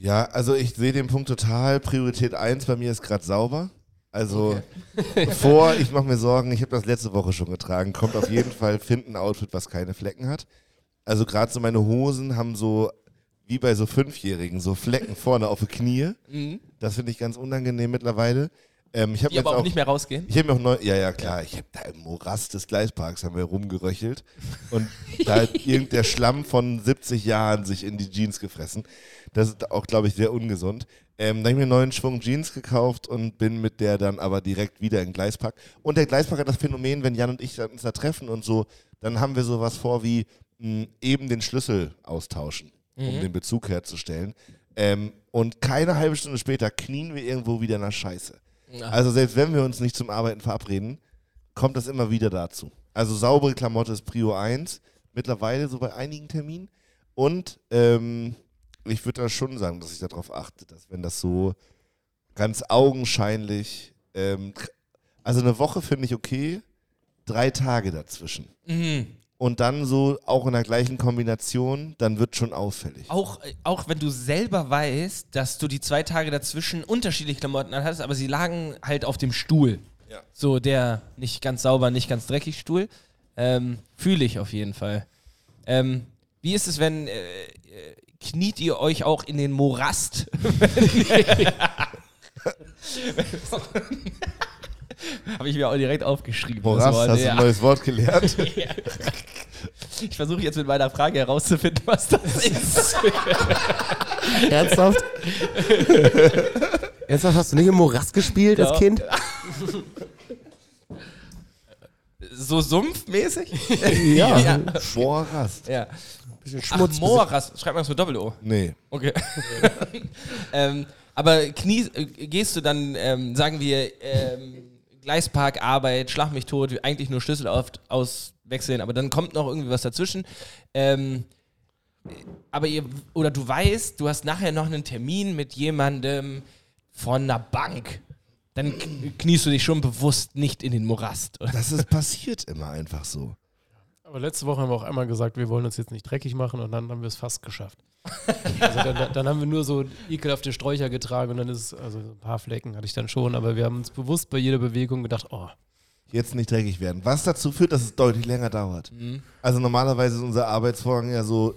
Ja, also ich sehe den Punkt total. Priorität 1 bei mir ist gerade sauber. Also vor, ich mache mir Sorgen, ich habe das letzte Woche schon getragen. Kommt auf jeden Fall, find ein Outfit, was keine Flecken hat. Also gerade so meine Hosen haben so, wie bei so Fünfjährigen, so Flecken vorne auf die Knie. Das finde ich ganz unangenehm mittlerweile. Ähm, ich
Mhm.
habe
Die
jetzt
aber
auch,
auch nicht mehr rausgehen.
ich habe mir auch neu, ja, ja, klar, ich habe da im Morast des Gleisparks haben wir rumgeröchelt und da hat irgend der Schlamm von 70 Jahren sich in die Jeans gefressen. Das ist auch, glaube ich, sehr ungesund. Ähm, dann habe ich mir einen neuen Schwung Jeans gekauft und bin mit der dann aber direkt wieder in den Gleispark. Und der Gleispark hat das Phänomen, wenn Jan und ich dann uns da treffen und so, dann haben wir sowas vor wie mh, eben den Schlüssel austauschen, um den Bezug herzustellen. Ähm, und keine halbe Stunde später knien wir irgendwo wieder nach Scheiße. Also selbst wenn wir uns nicht zum Arbeiten verabreden, kommt das immer wieder dazu. Also saubere Klamotte ist Prio 1, mittlerweile so bei einigen Terminen. Und ähm, ich würde da schon sagen, dass ich darauf achte, dass wenn das so ganz augenscheinlich, ähm, k- also eine Woche finde ich okay, drei Tage dazwischen.
Mhm.
Und dann so auch in der gleichen Kombination, dann wird schon auffällig.
Auch, äh, auch wenn du selber weißt, dass du die zwei Tage dazwischen unterschiedliche Klamotten anhattest, aber sie lagen halt auf dem Stuhl. So der nicht ganz sauber, nicht ganz dreckig Stuhl. Ähm, Fühle ich auf jeden Fall. Ähm, wie ist es, wenn äh, äh, kniet ihr euch auch in den Morast? Habe ich mir auch direkt aufgeschrieben. das
Morast,
Wort,
hast du
ja.
ein neues Wort gelernt?
Ich versuche jetzt mit meiner Frage herauszufinden, was das ist.
Ernsthaft? Ernsthaft, hast du nicht im Morast gespielt als Kind?
So sumpfmäßig?
Ja. Schworast.
ja.
Bisschen Schmutz.
Ach, Moras. Schreibt man das mit Doppel-O.
Nee.
Okay. ähm, aber knies, äh, gehst du dann, ähm, sagen wir, ähm, Gleispark, Arbeit, Schlag mich tot, eigentlich nur Schlüssel auf, auswechseln, aber dann kommt noch irgendwie was dazwischen. Ähm, äh, aber ihr, oder du weißt, du hast nachher noch einen Termin mit jemandem von einer Bank. Dann kn- kniest du dich schon bewusst nicht in den Morast. oder?
Das ist passiert immer einfach so.
Aber letzte Woche haben wir auch einmal gesagt, wir wollen uns jetzt nicht dreckig machen und dann haben wir es fast geschafft. also dann- dann, dann haben wir nur so ekelhafte Sträucher getragen und dann ist, also ein paar Flecken hatte ich dann schon, aber wir haben uns bewusst bei jeder Bewegung gedacht, oh,
Jetzt nicht dreckig werden. Was dazu führt, dass es deutlich länger dauert. Also normalerweise ist unser Arbeitsvorgang ja so,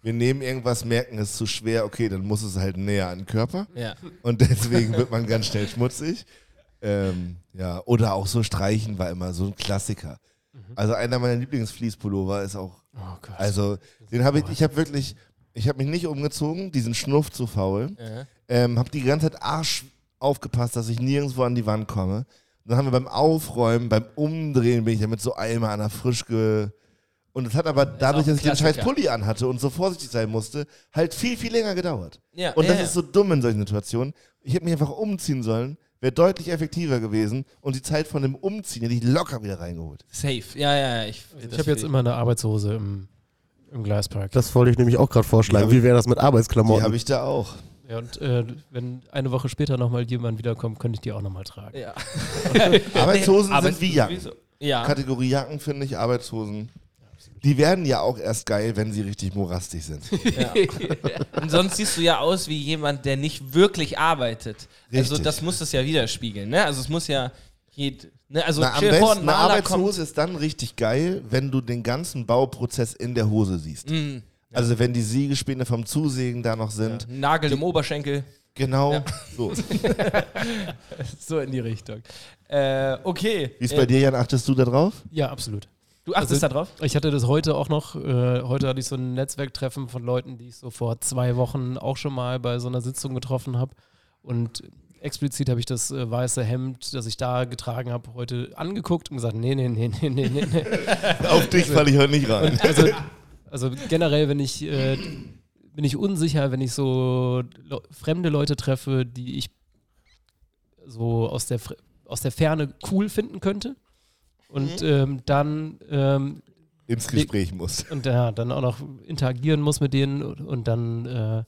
wir nehmen irgendwas, merken es ist zu schwer, okay, dann muss es halt näher an den Körper.
Ja.
Und deswegen wird man ganz schnell schmutzig. Ähm, ja, oder auch so Streichen war immer so ein Klassiker. Also einer meiner Lieblingsfließpullover ist auch. Also, den habe ich, ich habe wirklich, ich habe mich nicht umgezogen, diesen Schnuff zu faul. Ähm, habe die ganze Zeit Arsch aufgepasst, dass ich nirgendwo an die Wand komme. Und dann haben wir beim Aufräumen, beim Umdrehen bin ich damit so einmal an der frisch ge. Und das hat aber dadurch,
auch ein
dass ich den scheiß
Klassiker.
Pulli anhatte und so vorsichtig sein musste, halt viel, viel länger gedauert.
Ja,
und
ja,
das
ja.
ist so dumm in solchen Situationen. Ich hätte mich einfach umziehen sollen, wäre deutlich effektiver gewesen und die Zeit von dem Umziehen hätte ich locker wieder reingeholt.
Safe. Ja, ja, ja. Ich,
ich habe jetzt immer eine Arbeitshose im, im Gleispark.
Das wollte ich nämlich auch gerade vorschlagen. Wie wäre das mit
Die habe
Arbeitsklamotten?
ich da auch.
Ja, und äh, wenn eine Woche später nochmal jemand wiederkommt, könnte ich die auch nochmal tragen.
Ja. Ah.
Arbeitshosen
Arbeits-
sind wie Jacken.
sowieso. Ja.
Kategorie Jacken finde ich, Arbeitshosen. Die werden ja auch erst geil, wenn sie richtig morastig sind.
Und sonst siehst du ja aus wie jemand, der nicht wirklich arbeitet. Also
Richtig.
das muss es ja widerspiegeln, ne? Also es muss ja jed, ne? Also
Na, am
stell dir vor, ein
besten, eine
Maler kommt-
Arbeitshose ist dann richtig geil, wenn du den ganzen Bauprozess in der Hose siehst.
Mm,
Also wenn die Sägespäne vom Zusägen da noch sind.
Ein Nagel im Oberschenkel.
Genau so.
So in die Richtung. Äh, okay.
Wie ist
Äh,
bei dir, Also Jan? Achtest du da drauf?
Ja, absolut.
Du achtest da drauf?
Ich hatte das heute auch noch. Äh, heute hatte ich so ein Netzwerktreffen von Leuten, die ich so vor zwei Wochen auch schon mal bei so einer Sitzung getroffen habe. Und explizit habe ich das äh, weiße Hemd, das ich da getragen habe, heute angeguckt und gesagt, nee, nee, nee, nee, nee, nee, nee.
Auf dich falle ich heute nicht rein.
Also, also generell, wenn ich, äh, bin ich unsicher, wenn ich so le fremde Leute treffe, die ich so aus der, Fre- aus der Ferne cool finden könnte. Und ähm, dann ähm,
Ins Gespräch muss.
und ja, dann auch noch interagieren muss mit denen und, und dann, äh,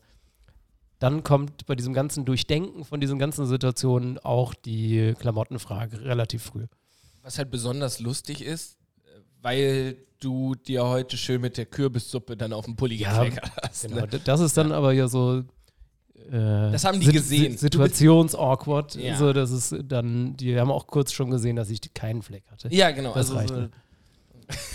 dann kommt bei diesem ganzen Durchdenken von diesen ganzen Situationen auch die Klamottenfrage relativ früh.
Was halt besonders lustig ist, weil du dir heute schön mit der Kürbissuppe dann auf den Pulli
Ja,
gekleckert hast.
Genau.
Ne?
d- Das ist dann aber ja so. äh,
Das haben die
Sit-
gesehen.
Sit- Situations-awkward.
Ja.
So, das ist dann, die haben auch kurz schon gesehen, dass ich keinen Fleck hatte.
Ja, genau.
Das
also
reicht
so,
mir.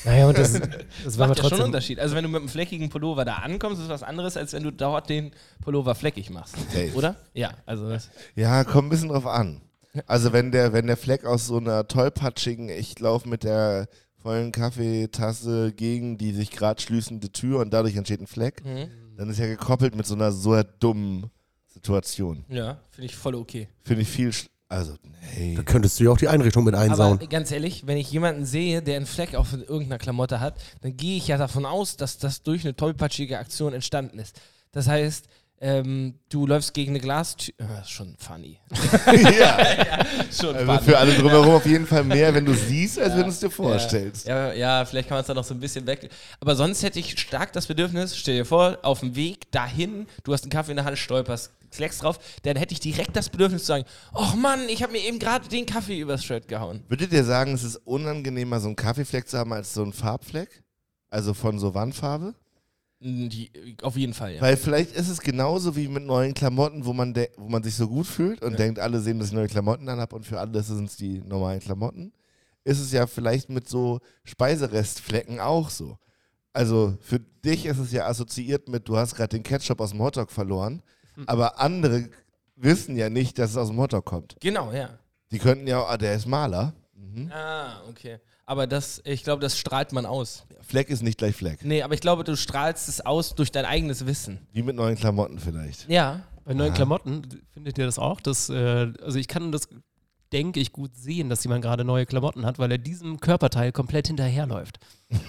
Naja, und das, das war mir
macht ja schon einen
trotzdem.
Unterschied. Also wenn du mit einem fleckigen Pullover da ankommst, ist was anderes, als wenn du dort den Pullover fleckig machst.
Safe.
Oder? Ja, also das.
Ja, kommt ein bisschen drauf an. Also wenn der, wenn der Fleck aus so einer tollpatschigen, ich laufe mit der vollen Kaffeetasse gegen die sich gerade schließende Tür und dadurch entsteht ein Fleck,
Mhm.
dann ist ja gekoppelt mit so einer so einer dummen Situation.
Ja, finde ich voll okay.
Finde ich viel, sch- also nee.
Da könntest du ja auch die Einrichtung mit
Aber
einsauen.
ganz ehrlich, wenn ich jemanden sehe, der einen Fleck auf irgendeiner Klamotte hat, dann gehe ich ja davon aus, dass das durch eine tollpatschige Aktion entstanden ist. Das heißt, ähm, du läufst gegen eine Glastür. Ah, schon funny.
ja,
Schon
also für alle drumherum auf jeden Fall mehr, wenn du siehst, als wenn du es dir vorstellst.
Ja, ja, vielleicht kann man es da noch so ein bisschen weg. Aber sonst hätte ich stark das Bedürfnis, stell dir vor, auf dem Weg dahin, du hast einen Kaffee in der Hand, stolperst, kleckst drauf, dann hätte ich direkt das Bedürfnis zu sagen, ach Mann, ich habe mir eben gerade den Kaffee übers Shirt gehauen.
Würdet ihr sagen, es ist unangenehmer, so einen Kaffeefleck zu haben, als so einen Farbfleck? Also von so Wandfarbe?
Mm, Die, auf jeden Fall, ja.
Weil vielleicht ist es genauso wie mit neuen Klamotten, wo man, de- wo man sich so gut fühlt und denkt, alle sehen, dass ich neue Klamotten anhab und für alle sind es die normalen Klamotten. Ist es ja vielleicht mit so Speiserestflecken auch so. Also für dich ist es ja assoziiert mit, du hast gerade den Ketchup aus dem Hotdog verloren, aber andere wissen ja nicht, dass es aus dem Hotdog kommt.
Genau, ja.
Die könnten ja, auch, ah, der ist Maler.
Ah, okay. Aber das, ich glaube, das strahlt man aus.
Fleck ist nicht
Hm.
gleich Fleck.
Nee, aber ich glaube, du strahlst es aus durch dein eigenes Wissen.
Wie mit neuen Klamotten vielleicht.
Ja.
Bei neuen Klamotten findet ihr das auch? Dass, äh, also ich kann das, denke ich, gut sehen, dass jemand gerade neue Klamotten hat, weil er diesem Körperteil komplett hinterherläuft.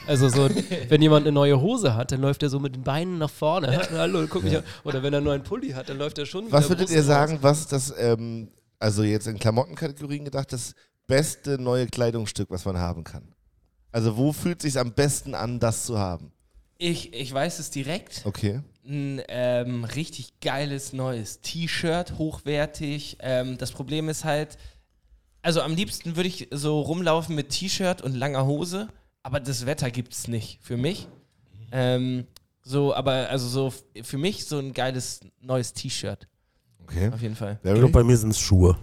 Also so, wenn jemand eine neue Hose hat, dann läuft er so mit den Beinen nach vorne. Hallo, guck mich an. Oder wenn er nur einen Pulli hat, dann läuft er schon. mit
Was
der
würdet
Brust
ihr
raus.
sagen, was ist das, ähm, also jetzt in Klamottenkategorien gedacht, das beste neue Kleidungsstück, was man haben kann? Also wo fühlt sich am besten an, das zu haben?
Ich, ich weiß es direkt.
Okay.
ein ähm, richtig geiles neues T-Shirt, hochwertig. Ähm, das Problem ist halt, also am liebsten würde ich so rumlaufen mit T-Shirt und langer Hose, aber das Wetter gibt es nicht für mich. Ähm, so, aber also so f- für mich so ein geiles neues T-Shirt,
Okay.
auf jeden Fall.
Ich
Larry?
glaube, bei mir sind es Schuhe.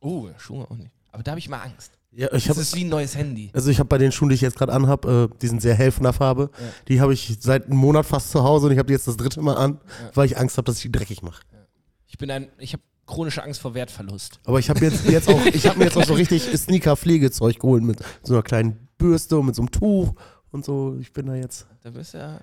Oh, Schuhe auch nicht. Aber da habe ich mal Angst.
Ja, ich
Das
habe
ist wie ein neues Handy.
also ich habe bei den Schuhen, die ich jetzt gerade anhab, äh, die sind sehr hell von der Farbe. Die habe ich seit einem Monat fast zu Hause und ich habe die jetzt das dritte Mal an, weil ich Angst habe, dass ich die dreckig mache.
Ich bin ein, ich habe chronische Angst vor Wertverlust.
Aber ich habe jetzt, jetzt auch, ich habe mir jetzt auch so richtig Sneaker-Pflegezeug geholt mit so einer kleinen Bürste und mit so einem Tuch und so. Ich bin da jetzt,
Da bist du ja.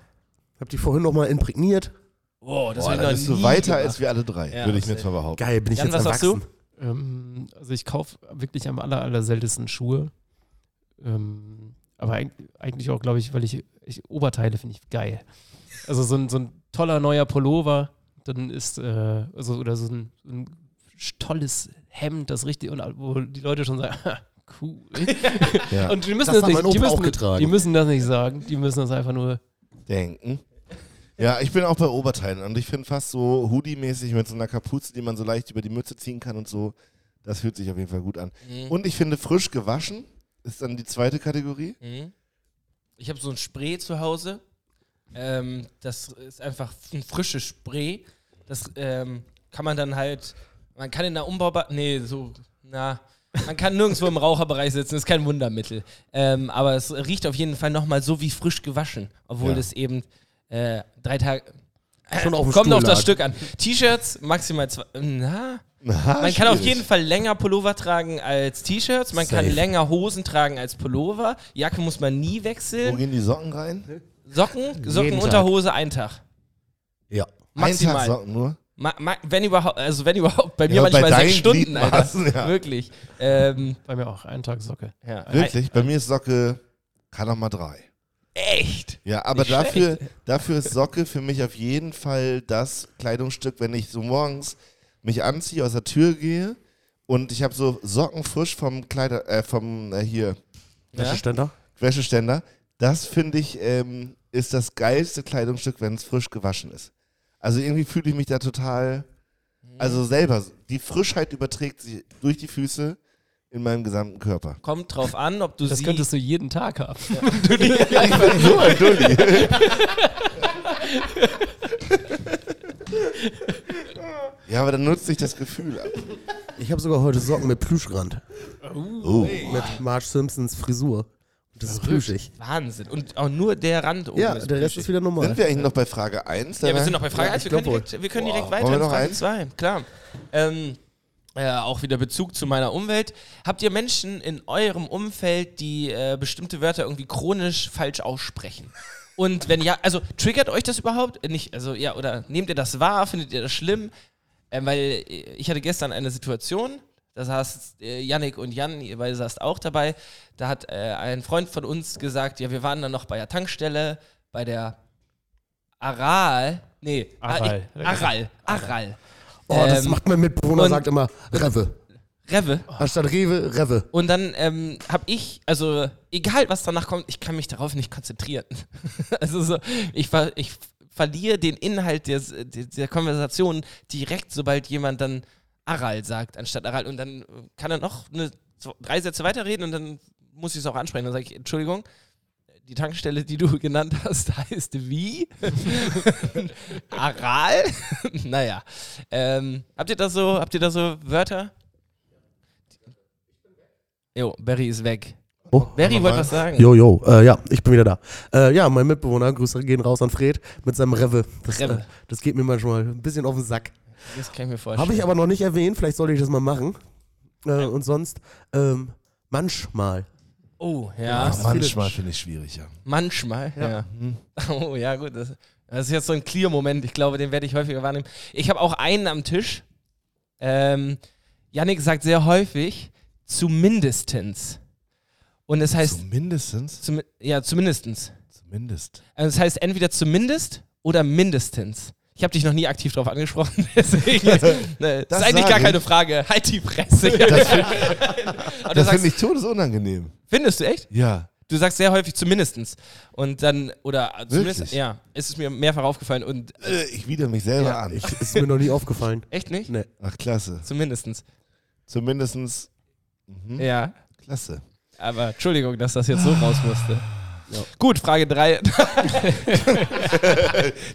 habe die vorhin noch mal imprägniert.
Wow, das
Boah,
hab ich
da
noch
bist du
nie
weiter
gemacht.
als wir alle drei,
Ja,
würde ich mir
safe.
jetzt mal behaupten.
Geil, bin ich
Jan,
jetzt
was sagst
erwachsen.
Ähm, also ich kaufe wirklich am aller, aller seltensten Schuhe. Ähm, aber eig eigentlich auch, glaube ich, weil ich, ich Oberteile finde ich geil. Also so ein, so ein toller neuer Pullover, dann ist, äh, also, oder so ein, so ein tolles Hemd, das richtig, und wo die Leute schon sagen, "Ha, cool.
Ja.
Und die müssen
Das
das,
hat
nicht,
mein
die
Opa auch
müssen,
getragen.
die müssen das nicht sagen, die müssen das einfach nur,
denken. Ja, ich bin auch bei Oberteilen und ich finde fast so Hoodie-mäßig mit so einer Kapuze, die man so leicht über die Mütze ziehen kann und so, das fühlt sich auf jeden Fall gut an.
Mhm.
Und ich finde frisch gewaschen ist dann die zweite Kategorie.
Mhm. Ich habe so ein Spray zu Hause. Ähm, das ist einfach ein frisches Spray. Das ähm, kann man dann halt. Man kann in der Umbaubar. Nee, so. Na. Man kann nirgendwo im Raucherbereich sitzen, ist kein Wundermittel. Ähm, aber es riecht auf jeden Fall nochmal so wie frisch gewaschen. Obwohl
Ja.
das eben äh, drei Tage.
Schon auf dem
Kommt
Stuhl
auf das
lag.
Stück an. T-Shirts, maximal zwei. Na.
Na,
Man kann auf
Ah, schwierig.
jeden Fall länger Pullover tragen als T-Shirts, man kann
Safe.
länger Hosen tragen als Pullover, Jacke muss man nie
Wo
wechseln,
gehen die Socken rein?
Socken, Socken,
Tag.
Unterhose, ein Tag.
Ja.
Ein Tag
Maximal.
Socken nur.
Ma ma wenn überhaupt, also wenn überhaupt, bei mir
Ja, aber bei
manchmal sechs
deinen
Stunden,
Gliedmaßen,
Alter.
ja.
Wirklich. Ähm,
bei mir auch, einen Tag Socke.
ja.
Wirklich? Bei mir ist Socke, kann auch mal drei.
Echt?
Ja, aber
Nicht
dafür, dafür ist Socke für mich auf jeden Fall das Kleidungsstück, wenn ich so morgens mich anziehe, aus der Tür gehe und ich habe so Socken frisch vom Kleider, äh, vom, äh, hier,
Ja?
Wäscheständer?
Wäscheständer. Das finde ich, ähm, ist das geilste Kleidungsstück, wenn es frisch gewaschen ist. Also irgendwie fühle ich mich da total,
Mhm.
also selber, die Frischheit überträgt sich durch die Füße in meinem gesamten Körper.
Kommt drauf an, ob du
Das
sie...
könntest du jeden Tag haben.
Ja, ich bin so ein Dulli. ja, aber dann nutzt sich das Gefühl ab.
Ich habe sogar heute Socken mit Plüschrand. Oh. Mit Marge Simpsons Frisur. Und das ist plüschig.
Wahnsinn. Und auch nur der Rand
Oh,
oben
Ja, der Rest
plüschig.
ist wieder normal.
Sind wir eigentlich noch bei Frage 1?
Ja, wir sind noch bei Frage 1.
ich
wir können
glaub
direkt, wir können direkt
Wow.
weiter
Wollen wir
in
noch
Frage
einen?
2. Klar. Ähm, äh, auch wieder Bezug zu meiner Umwelt. Habt ihr Menschen in eurem Umfeld, die äh, bestimmte Wörter irgendwie chronisch falsch aussprechen? Und wenn ja, also triggert euch das überhaupt? Äh, Nicht, also ja, oder nehmt ihr das wahr? Findet ihr das schlimm? Ähm, weil äh, ich hatte gestern eine Situation, da saß äh, Yannick und Jan, ihr beide saßt auch dabei. Da hat äh, ein Freund von uns gesagt, ja, wir waren dann noch bei der Tankstelle, bei der Aral. Nee,
Aral.
Ah, ich- Aral. Aral.
Oh, das
Ähm,
macht mein Mitbewohner,
und-
sagt immer Rewe.
Rewe.
Anstatt Rewe, Rewe.
Und dann ähm, habe ich, also egal was danach kommt, ich kann mich darauf nicht konzentrieren. also so, ich, ver ich verliere den Inhalt der, der, der Konversation direkt, sobald jemand dann Aral sagt anstatt Aral. Und dann kann er noch eine, zwei- drei Sätze weiterreden und dann muss ich es auch ansprechen. Dann sage ich, Entschuldigung, die Tankstelle, die du genannt hast, heißt wie? Aral? naja. Ähm, habt ihr da so, habt ihr da so Wörter? Jo, Barry ist weg.
Oh.
Barry
Nochmal.
wollte was sagen.
Jo, jo, äh, ja, ich bin wieder da. Äh, ja, mein Mitbewohner, Grüße gehen raus an Fred mit seinem Rewe. Das,
Rewe.
Äh, das geht mir manchmal ein bisschen auf den Sack.
Das kann ich mir vorstellen.
Habe ich aber noch nicht erwähnt, vielleicht sollte ich das mal machen. Äh, und sonst, ähm, manchmal.
Oh, ja.
Aber manchmal finde ich schwierig, ja.
Manchmal, ja. Oh, ja, gut. Das, das ist jetzt so ein Clear-Moment. Ich glaube, den werde ich häufiger wahrnehmen. Ich habe auch einen am Tisch. Ähm, Yannick sagt sehr häufig, zumindestens. Und es heißt,
Zumindestens.
zum, ja, zumindestens.
Zumindest.
Also es heißt entweder zumindest oder mindestens. Ich habe dich noch nie aktiv darauf angesprochen, deswegen. Ne, das
Das
ist eigentlich
sag
gar keine
ich.
Frage. Halt die Fresse.
Das finde
Aber du
das
sagst,
find ich todesunangenehm.
findest du echt?
Ja.
Du sagst sehr häufig zumindestens. Und dann, oder zumindest,
Wirklich?
ja, ist es mir mehrfach aufgefallen. Und
Äh, Ich wider mich selber
Ja.
an.
Ist mir noch nie aufgefallen.
echt nicht?
Nee.
Ach, klasse.
Zumindestens.
Zumindestens. Mhm.
Ja.
Klasse.
Aber Entschuldigung, dass das jetzt so raus musste. Gut, Frage 3.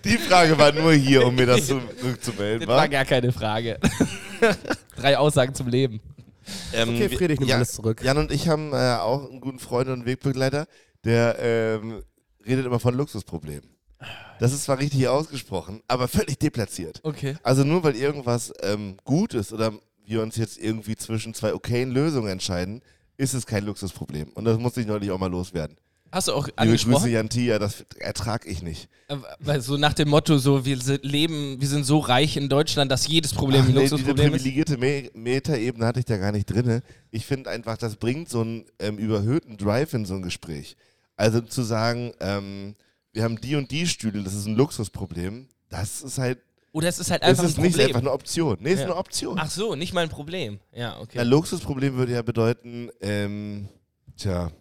Die Frage war nur hier, um mir das zu- zurückzumelden.
Das
wa?
war gar keine Frage. Drei Aussagen zum Leben.
Ähm,
Okay,
wir-
Friede, ich nehme alles zurück.
Jan und ich haben äh, auch einen guten Freund und Wegbegleiter, der ähm, redet immer von Luxusproblemen. Das ist zwar richtig ausgesprochen, aber völlig deplatziert.
Okay.
Also nur weil irgendwas ähm, gut ist oder wir uns jetzt irgendwie zwischen zwei okayen Lösungen entscheiden, ist es kein Luxusproblem. Und das musste ich neulich auch mal loswerden.
Hast du auch
Liebe Grüße,
angesprochen?
Jan Tia, das ertrag ich nicht.
Äh, Weil so nach dem Motto, so wir sind- leben, wir sind so reich in Deutschland, dass jedes Problem ein
Ach, nee,
Luxusproblem
diese
ist.
privilegierte Me Metaebene hatte ich da gar nicht drin. Ich finde einfach, das bringt so einen ähm, überhöhten Drive in so ein Gespräch. Also zu sagen, ähm, wir haben die und die Stühle, das ist ein Luxusproblem, das ist halt,
Oder es ist halt
es
einfach
ist
ein
nicht
Problem.
einfach eine Option. Nee, es ist
Ja.
eine Option.
Ach so, nicht mal ein Problem. Ja, okay.
Ein Luxusproblem würde ja bedeuten, ähm, tja,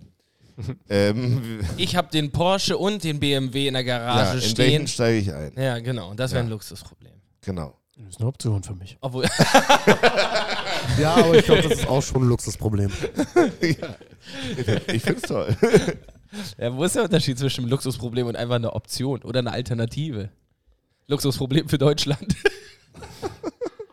ähm,
Ich habe den Porsche und den BMW in der
ja,
Garage
in welchen
stehen.
steige ich ein?
Ja, genau. Das wäre ein Luxusproblem.
Genau.
Das ist eine Option für mich.
Obwohl,
Ja, aber ich glaube, das ist auch schon ein Luxusproblem.
Ich finde es toll.
ja, wo ist der Unterschied zwischen einem Luxusproblem und einfach einer Option oder einer Alternative? Luxusproblem für Deutschland.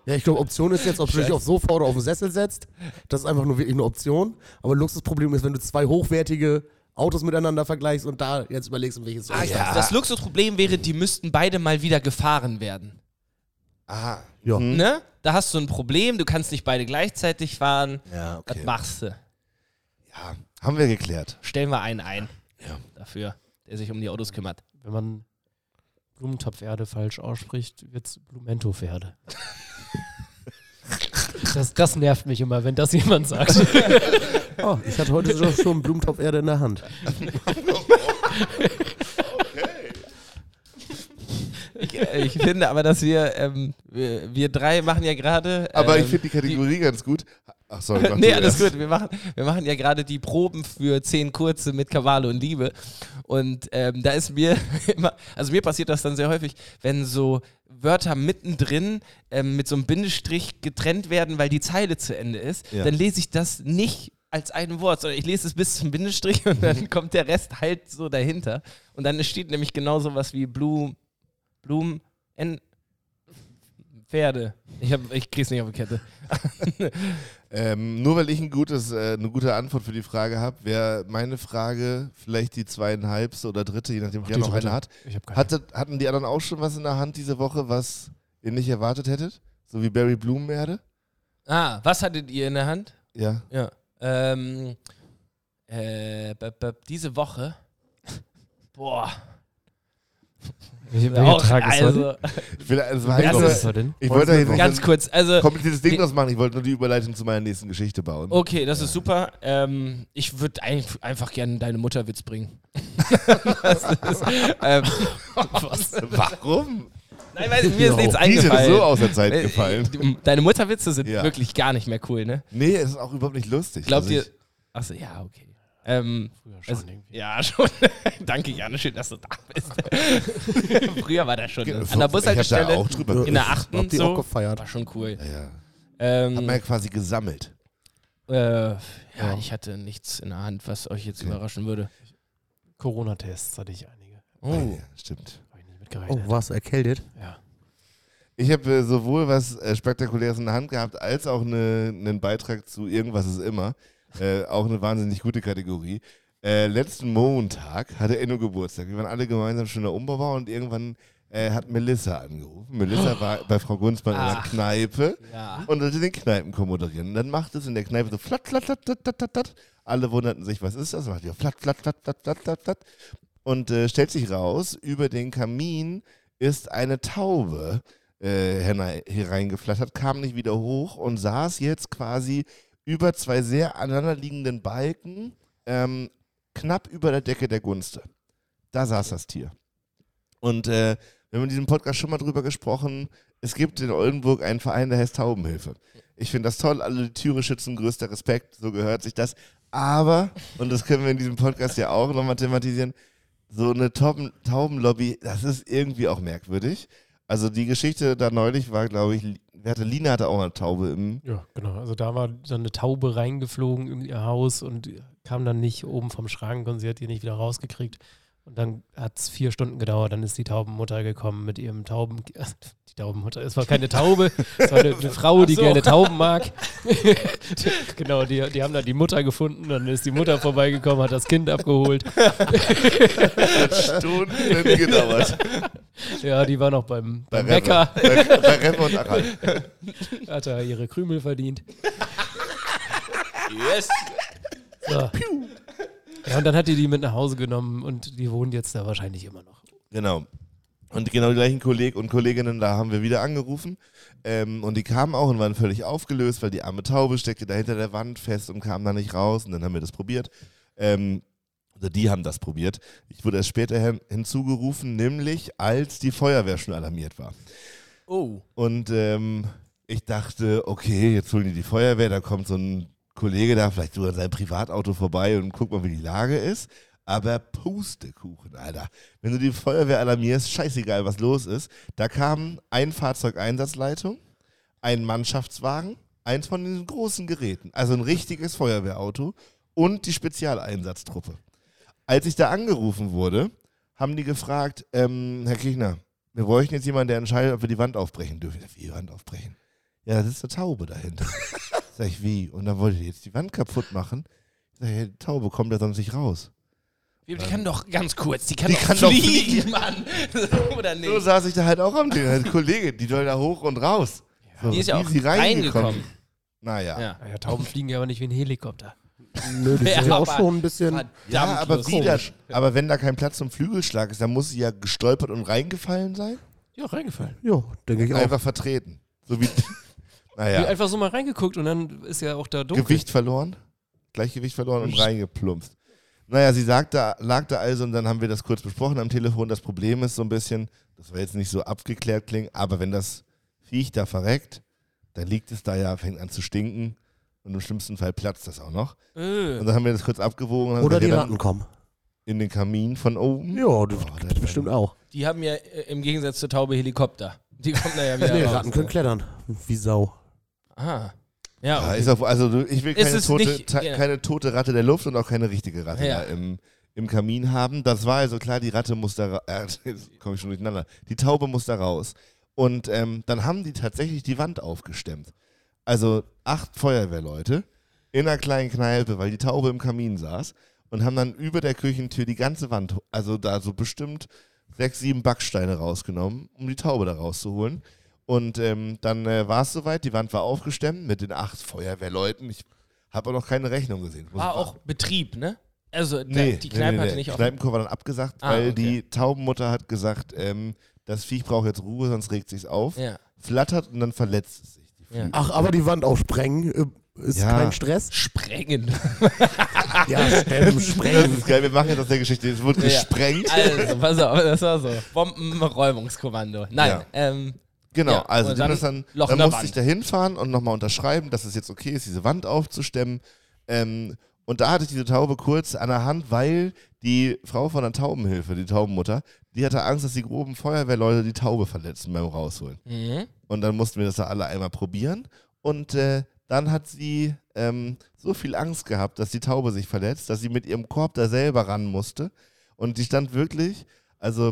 Ja, ich glaube, Option ist jetzt, ob du dich aufs Sofa oder auf den Sessel setzt. Das ist einfach nur wirklich eine Option. Aber ein Luxusproblem ist, wenn du zwei hochwertige Autos miteinander vergleichst und da jetzt überlegst, um welches
Ah, ich dachte, Das Luxusproblem wäre, die müssten beide mal wieder gefahren werden.
Ah,
Ja.
Hm.
Ne? Da hast du ein Problem, du kannst nicht beide gleichzeitig fahren.
ja,
Was
okay.
machst du?
Ja, haben wir geklärt.
Stellen wir einen ein
Ja.
dafür, der sich um die Autos kümmert.
Wenn man Blumentopferde falsch ausspricht, wird es Blumentopferde. Das, das nervt mich immer, wenn das jemand sagt.
Oh, ich hatte heute schon- schon einen Blumentopf Erde in der Hand.
Ich, äh, ich finde aber, dass wir, ähm, wir, wir drei machen ja gerade.
Aber
ähm,
ich finde die Kategorie ganz gut. Ach, sorry. mach
Nee,
Oh du
alles
erst.
gut. Wir machen, wir machen ja gerade die Proben für zehn kurze mit Kavale und Liebe. Und ähm, da ist mir immer, also mir passiert das dann sehr häufig, wenn so Wörter mittendrin ähm, mit so einem Bindestrich getrennt werden, weil die Zeile zu Ende ist,
Ja.
dann lese ich das nicht als ein Wort, sondern ich lese es bis zum Bindestrich und dann kommt der Rest halt so dahinter. Und dann steht nämlich genau sowas wie Blum, Blumen, en, Pferde. Ich, hab, ich krieg's nicht auf die Kette.
Ähm, nur weil ich ein gutes, äh, eine gute Antwort für die Frage habe, wäre meine Frage vielleicht die zweieinhalbste oder dritte, je nachdem, wer
die
noch eine
dritte.
hat.
Ich habe keine
Hatte, hatten die anderen auch schon was in der Hand diese Woche, was ihr nicht erwartet hättet? So wie Barry Blumenerde?
Ah, was hattet ihr in der Hand?
Ja.
Ja. Ähm, äh, b- b- diese Woche. Boah.
Ich
auch,
also,
also,
Ich, will, also,
Das
also,
ist
ist heute?
ich wollte da jetzt nicht
ganz
ein
kurz. Also,
kompliziertes Ding draus machen, ich wollte nur die Überleitung zu meiner nächsten Geschichte bauen.
okay, das ist super. Ähm, ich würde ein, einfach gerne deine Mutterwitz bringen. das ist, ähm, was?
Warum?
Nein, weiß ich, mir ist nichts
Die sind so
eingefallen.
aus der Zeit
Äh,
gefallen.
Deine Mutterwitze sind
Ja.
wirklich gar nicht mehr cool, ne?
Nee, es ist auch überhaupt nicht lustig.
Glaubt
Also
ihr.
ich-
Achso, ja, okay. Ähm,
schon
also,
irgendwie.
ja, schon. Danke, Janne, schön, dass du da bist. Früher war das schon. An der
ich hab da
Bushaltestelle.
auch drüber
In der
geguckt.
achten
Habt ihr
Hm, so.
auch gefeiert?
War schon cool.
Ja. Hat
Ähm,
man ja quasi gesammelt.
äh, ja, ich hatte nichts in der Hand, was euch jetzt überraschen würde.
Corona-Tests hatte ich einige.
Oh.
Ja, stimmt.
Hab ich nicht
Oh,
mitgerechnet.
warst du erkältet?
Ja.
Ich habe äh, sowohl was äh, Spektakuläres in der Hand gehabt, als auch ne- einen Beitrag zu Irgendwas ist immer. Äh, auch eine wahnsinnig gute Kategorie. Äh, letzten Montag hatte Enno Geburtstag. Wir waren alle gemeinsam schon in der Umbau und irgendwann äh, hat Melissa angerufen. Melissa war bei Frau Gunzmann in der Kneipe und wollte den Kneipenchor moderieren. Und dann macht es in der Kneipe so flatt, flatt, flatt, flatt, flatt, flatt, flatt. Alle wunderten sich, was ist das? Macht ihr flatt, flatt, flatt, flatt, flatt, flatt, flatt. Und äh, stellt sich raus, über den Kamin ist eine Taube äh, herne- hereingeflattert, kam nicht wieder hoch und saß jetzt quasi über zwei sehr aneinanderliegenden Balken ähm, knapp über der Decke der Gunste. Da saß das Tier. Und äh, wir haben in diesem Podcast schon mal drüber gesprochen. Es gibt in Oldenburg einen Verein, der heißt Taubenhilfe. Ich finde das toll, alle die Tiere schützen, größter Respekt, so gehört sich das. Aber, und das können wir in diesem Podcast ja auch nochmal thematisieren, so eine Tauben Taubenlobby, das ist irgendwie auch merkwürdig. Also die Geschichte da neulich war, glaube ich, wer hatte, Lina hatte auch mal eine Taube im,
Ja, genau. Also da war dann eine Taube reingeflogen in ihr Haus und kam dann nicht oben vom Schrank und sie hat die nicht wieder rausgekriegt. Und dann hat es vier Stunden gedauert, dann ist die Taubenmutter gekommen mit ihrem Tauben... Die Taubenmutter, es war keine Taube, es war eine, eine Frau, die gerne Tauben mag. genau, die, die haben dann die Mutter gefunden, dann ist die Mutter vorbeigekommen, hat das Kind abgeholt.
Stunden gedauert.
Ja, die war noch beim, beim
Bei
Bäcker,
Rewe. Bei, bei Rewe und Aral.
hat er ihre Krümel verdient.
Yes.
So. Ja, und dann hat die die mit nach Hause genommen und die wohnt jetzt da wahrscheinlich immer noch.
Genau. Und genau die gleichen Kollegen und Kolleginnen da haben wir wieder angerufen. Ähm, und die kamen auch und waren völlig aufgelöst, weil die arme Taube steckte da hinter der Wand fest und kam da nicht raus. Und dann haben wir das probiert. Ähm, oder die haben das probiert. Ich wurde erst später hin hinzugerufen, nämlich als die Feuerwehr schon alarmiert war.
Oh.
Und ähm, ich dachte, okay, jetzt holen die die Feuerwehr, da kommt so ein Kollege da vielleicht sogar in seinem Privatauto vorbei und guck mal, wie die Lage ist. Aber Pustekuchen, Alter. Wenn du die Feuerwehr alarmierst, scheißegal, was los ist. Da kam ein Fahrzeugeinsatzleitung, ein Mannschaftswagen, eins von diesen großen Geräten, also ein richtiges Feuerwehrauto und die Spezialeinsatztruppe. Als ich da angerufen wurde, haben die gefragt, ähm, Herr Kirchner, wir bräuchten jetzt jemanden, der entscheidet, ob wir die Wand aufbrechen dürfen. Ich sag, wie Wand aufbrechen? Ja, da sitzt eine Taube dahinter. sag ich, wie? Und dann wollte die jetzt die Wand kaputt machen. Sag ich, hey, die Taube kommt da sonst nicht raus.
Die kann doch ganz kurz, die kann,
Die
doch,
kann doch
fliegen, Mann. Oder
So
nicht?
saß ich da halt auch am Ding. Halt, Kollege, die soll da hoch und raus. So,
Die ist ja
wie
auch
sie
reingekommen.
Naja.
Ja.
Ja, Tauben fliegen ja aber nicht wie ein Helikopter.
Nö, die
Ja,
sind ja auch
aber-
schon ein bisschen.
Ja, aber, wie
wieder.
das, aber wenn da kein Platz zum Flügelschlag ist, dann muss sie ja gestolpert und reingefallen sein.
Ja, reingefallen.
Ja, denke ich auch.
Einfach vertreten. So wie,
Die
naja,
einfach so mal reingeguckt und dann ist ja auch da dunkel.
Gewicht verloren. Gleichgewicht verloren und reingeplumpst. Naja, sie sagt da, lag da also und dann haben wir das kurz besprochen am Telefon. Das Problem ist so ein bisschen, das war jetzt nicht so abgeklärt klingen, aber wenn das Viech da verreckt, dann liegt es da ja, fängt an zu stinken und im schlimmsten Fall platzt das auch noch.
Äh.
Und dann haben wir das kurz abgewogen. und haben
Oder
gesagt,
die
ja,
Ratten kommen.
dann In den Kamin von oben.
Ja, das
Oh,
gibt's
das wär-
bestimmt auch.
Die haben ja äh, im Gegensatz zur Taube Helikopter. Die kommen da ja wieder
nee,
raus.
Ratten können klettern. Wie Sau.
Aha.
Ja,
Ja,
ist auf, also du- ich will
Ist
keine
es
tote,
nicht-
ta-
ja.
keine tote Ratte der Luft und auch keine richtige Ratte
Ja.
da im, im Kamin haben. Das war also klar, die Ratte muss da ra- äh, jetzt komme ich schon durcheinander. Die Taube muss da raus. Und ähm, dann haben die tatsächlich die Wand aufgestemmt. Also acht Feuerwehrleute in einer kleinen Kneipe, weil die Taube im Kamin saß und haben dann über der Küchentür die ganze Wand, ho- also da so bestimmt sechs, sieben Backsteine rausgenommen, um die Taube da rauszuholen. Und ähm, dann äh, war es soweit, die Wand war aufgestemmt mit den acht Feuerwehrleuten. Ich habe auch noch keine Rechnung gesehen. Muss
war
ich-
Ah, auch Betrieb, ne? Also da-
Nee,
die Kneipe
nee, nee,
hatte
nee.
nicht
Die
offen.
Kneipenchor war dann abgesagt,
Ah,
weil
okay.
die Taubenmutter hat gesagt, ähm, das Viech braucht jetzt Ruhe, sonst regt sich's auf.
Ja.
Flattert und dann verletzt es sich.
ja.
Ach, aber die Wand aufsprengen äh, ist
Ja.
kein Stress.
Sprengen.
Ja, stemmen,
Das
sprengen.
ist geil, wir machen jetzt aus der Geschichte. Es wurde
Ja.
gesprengt.
Also, pass auf, das war so. Bombenräumungskommando. Nein,
Ja.
ähm,
Genau,
Ja,
also
und
die
dann
müssen dann,
Loch in
dann
der
musste ich
Wand.
da hinfahren und nochmal unterschreiben, dass es jetzt okay ist, diese Wand aufzustemmen. Ähm, und da hatte ich diese Taube kurz an der Hand, weil die Frau von der Taubenhilfe, die Taubenmutter, die hatte Angst, dass die groben Feuerwehrleute die Taube verletzen beim Rausholen. Und dann mussten wir das da alle einmal probieren. Und äh, dann hat sie ähm, so viel Angst gehabt, dass die Taube sich verletzt, dass sie mit ihrem Korb da selber ran musste. Und die stand wirklich, also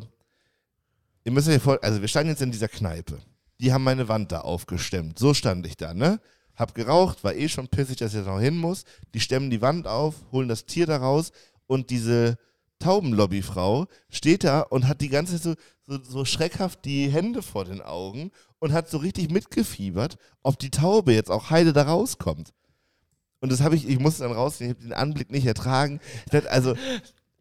ihr müsst euch vor, also wir standen jetzt in dieser Kneipe. Die haben meine Wand da aufgestemmt. So stand ich da, ne? Hab geraucht, war eh schon pissig, dass ich jetzt noch hin muss. Die stemmen die Wand auf, holen das Tier da raus und diese Taubenlobbyfrau steht da und hat die ganze Zeit so, so, so schreckhaft die Hände vor den Augen und hat so richtig mitgefiebert, ob die Taube jetzt auch heile da rauskommt. Und das habe ich, ich musste dann rausgehen, ich habe den Anblick nicht ertragen. Ich dachte, also,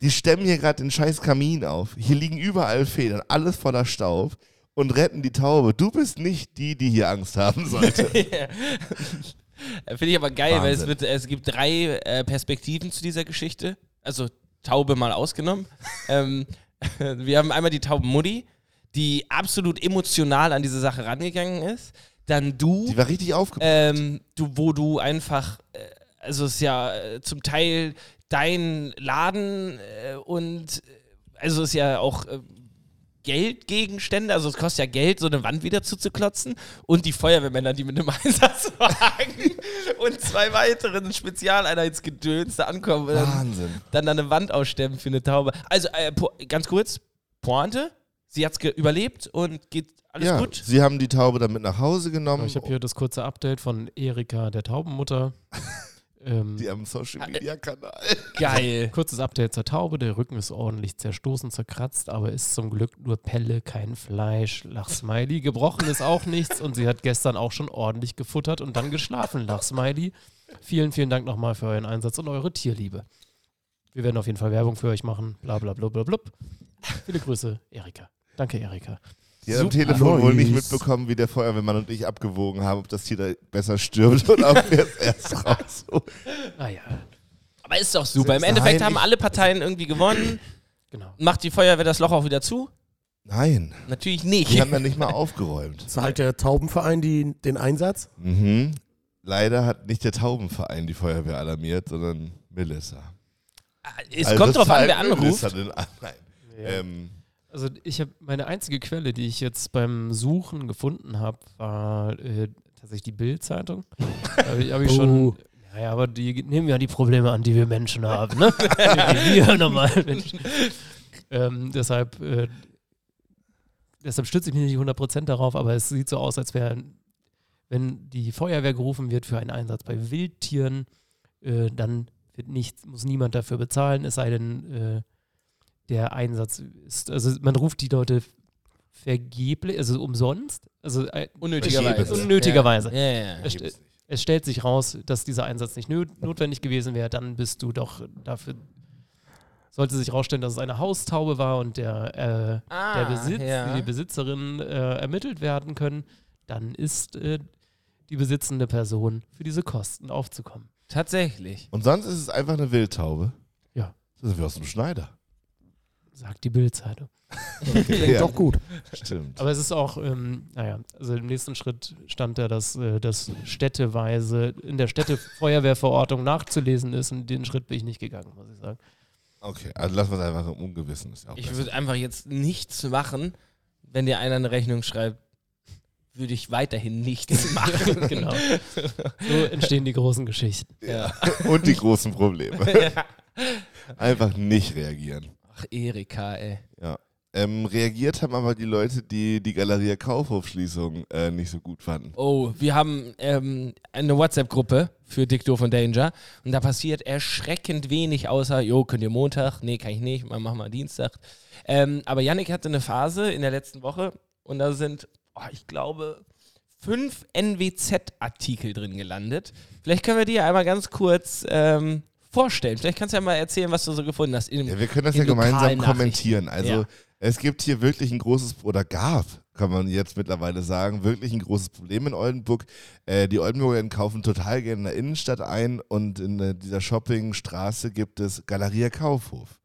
die stemmen hier gerade den scheiß Kamin auf. Hier liegen überall Federn, alles voller Staub und retten die Taube. Du bist nicht die, die hier Angst haben sollte.
Finde ich aber geil, weil es,
Wahnsinn.
wird, es gibt drei äh, Perspektiven zu dieser Geschichte. Also Taube mal ausgenommen. ähm, wir haben einmal die Taubenmutti, die absolut emotional an diese Sache rangegangen ist. Dann du,
Die war richtig aufgebracht.
ähm, du wo du einfach, äh, also es ist ja äh, zum Teil dein Laden äh, und äh, also es ist ja auch äh, Geldgegenstände, also es kostet ja Geld, so eine Wand wieder zuzuklotzen und die Feuerwehrmänner, die mit einem Einsatzwagen und zwei weiteren Spezialeinheitsgedöns da ankommen und dann,
Wahnsinn.
dann da eine Wand aussterben für eine Taube. Also äh, po- ganz kurz, Pointe, sie hat's ge- überlebt und geht alles
ja,
gut.
sie haben die Taube dann mit nach Hause genommen.
Ich habe hier das kurze Update von Erika, der Taubenmutter. ähm,
die haben einen Social
Äh,
Media Kanal.
Geil.
Kurzes Update zur Taube. Der Rücken ist ordentlich zerstoßen, zerkratzt, aber ist zum Glück nur Pelle, kein Fleisch. Lach Smiley. Gebrochen ist auch nichts und sie hat gestern auch schon ordentlich gefuttert und dann geschlafen. Lach Smiley. Vielen, vielen Dank nochmal für euren Einsatz und eure Tierliebe. Wir werden auf jeden Fall Werbung für euch machen. Bla bla bla bla blub. Viele Grüße, Erika. Danke, Erika.
Die haben am
Super.
Telefon wohl nicht
Nice.
mitbekommen, wie der Feuerwehrmann und ich abgewogen haben, ob das Tier da besser stirbt oder ob wir es erst rausholen.
Naja,
Aber ist doch super. Im
Selbst
Endeffekt
daheim
haben
ich-
alle Parteien irgendwie gewonnen.
genau.
Macht die Feuerwehr das Loch auch wieder zu?
Nein,
Natürlich nicht.
die haben dann nicht mal aufgeräumt.
Zahlt der Taubenverein die, den Einsatz?
Mhm. Leider hat nicht der Taubenverein die Feuerwehr alarmiert, sondern Melissa.
es
Also halt
kommt drauf an,
zahlt
wer anruft.
Melissa den an. Nein. Ähm,
Also ich habe meine einzige Quelle, die ich jetzt beim Suchen gefunden habe, war äh, tatsächlich die Bild-Zeitung. Da habe ich, hab ich schon. Naja, aber die nehmen ja die Probleme an, die wir Menschen haben, ne? Die wir normalen Menschen. Ähm, deshalb, äh, deshalb stütze ich mich nicht 100% darauf, aber es sieht so aus, als wäre, wenn die Feuerwehr gerufen wird für einen Einsatz bei Wildtieren, äh, dann wird nicht, muss niemand dafür bezahlen, es sei denn, äh, der Einsatz ist, also man ruft die Leute vergeblich, also umsonst, also äh,
Unnötigerweise.
Unnötigerweise.
Ja, ja, ja.
es,
gibt's nicht.
es stellt sich raus, dass dieser Einsatz nicht nö- notwendig gewesen wäre, dann bist du doch dafür. Sollte sich rausstellen, dass es eine Haustaube war und der, äh,
Ah,
der Besitz,
ja.
die Besitzerin äh, ermittelt werden können, dann ist äh, die besitzende Person für diese Kosten aufzukommen.
Tatsächlich.
Und sonst ist es einfach eine Wildtaube.
Ja.
Das sind wir aus dem Schneider.
Sagt die Bildzeitung.
Klingt doch gut.
Stimmt.
Aber es ist auch, ähm, naja, also im nächsten Schritt stand da, dass äh, das städteweise in der Städtefeuerwehrverordnung nachzulesen ist und den Schritt bin ich nicht gegangen, muss ich sagen.
Okay, also lassen wir es einfach im Ungewissen. Ist ja auch
Ich
besser.
würde einfach jetzt nichts machen, wenn dir einer eine Rechnung schreibt, würde ich weiterhin nichts machen.
genau. So entstehen die großen Geschichten.
Ja.
Und die großen Probleme. Einfach nicht reagieren.
Ach, Erika, ey.
Ähm, reagiert haben aber die Leute, die die Galeria Kaufhof-Schließung äh, nicht so gut fanden.
Oh, wir haben ähm, eine WhatsApp-Gruppe für Dick Doof und Danger und da passiert erschreckend wenig, außer, jo, könnt ihr Montag? Nee, kann ich nicht, mal machen wir Dienstag. Ähm, aber Yannick hatte eine Phase in der letzten Woche und da sind, oh, ich glaube, fünf NWZ-Artikel drin gelandet. Vielleicht können wir die ja einmal ganz kurz ähm, vorstellen. Vielleicht kannst du ja mal erzählen, was du so gefunden hast. In,
Ja, wir können das
in
ja gemeinsam
lokalen
kommentieren. Also
Ja.
es gibt hier wirklich ein großes, oder gab, kann man jetzt mittlerweile sagen, wirklich ein großes Problem in Oldenburg. Äh, die Oldenburgerinnen kaufen total gerne in der Innenstadt ein und in äh, dieser Shoppingstraße gibt es Galeria Kaufhof.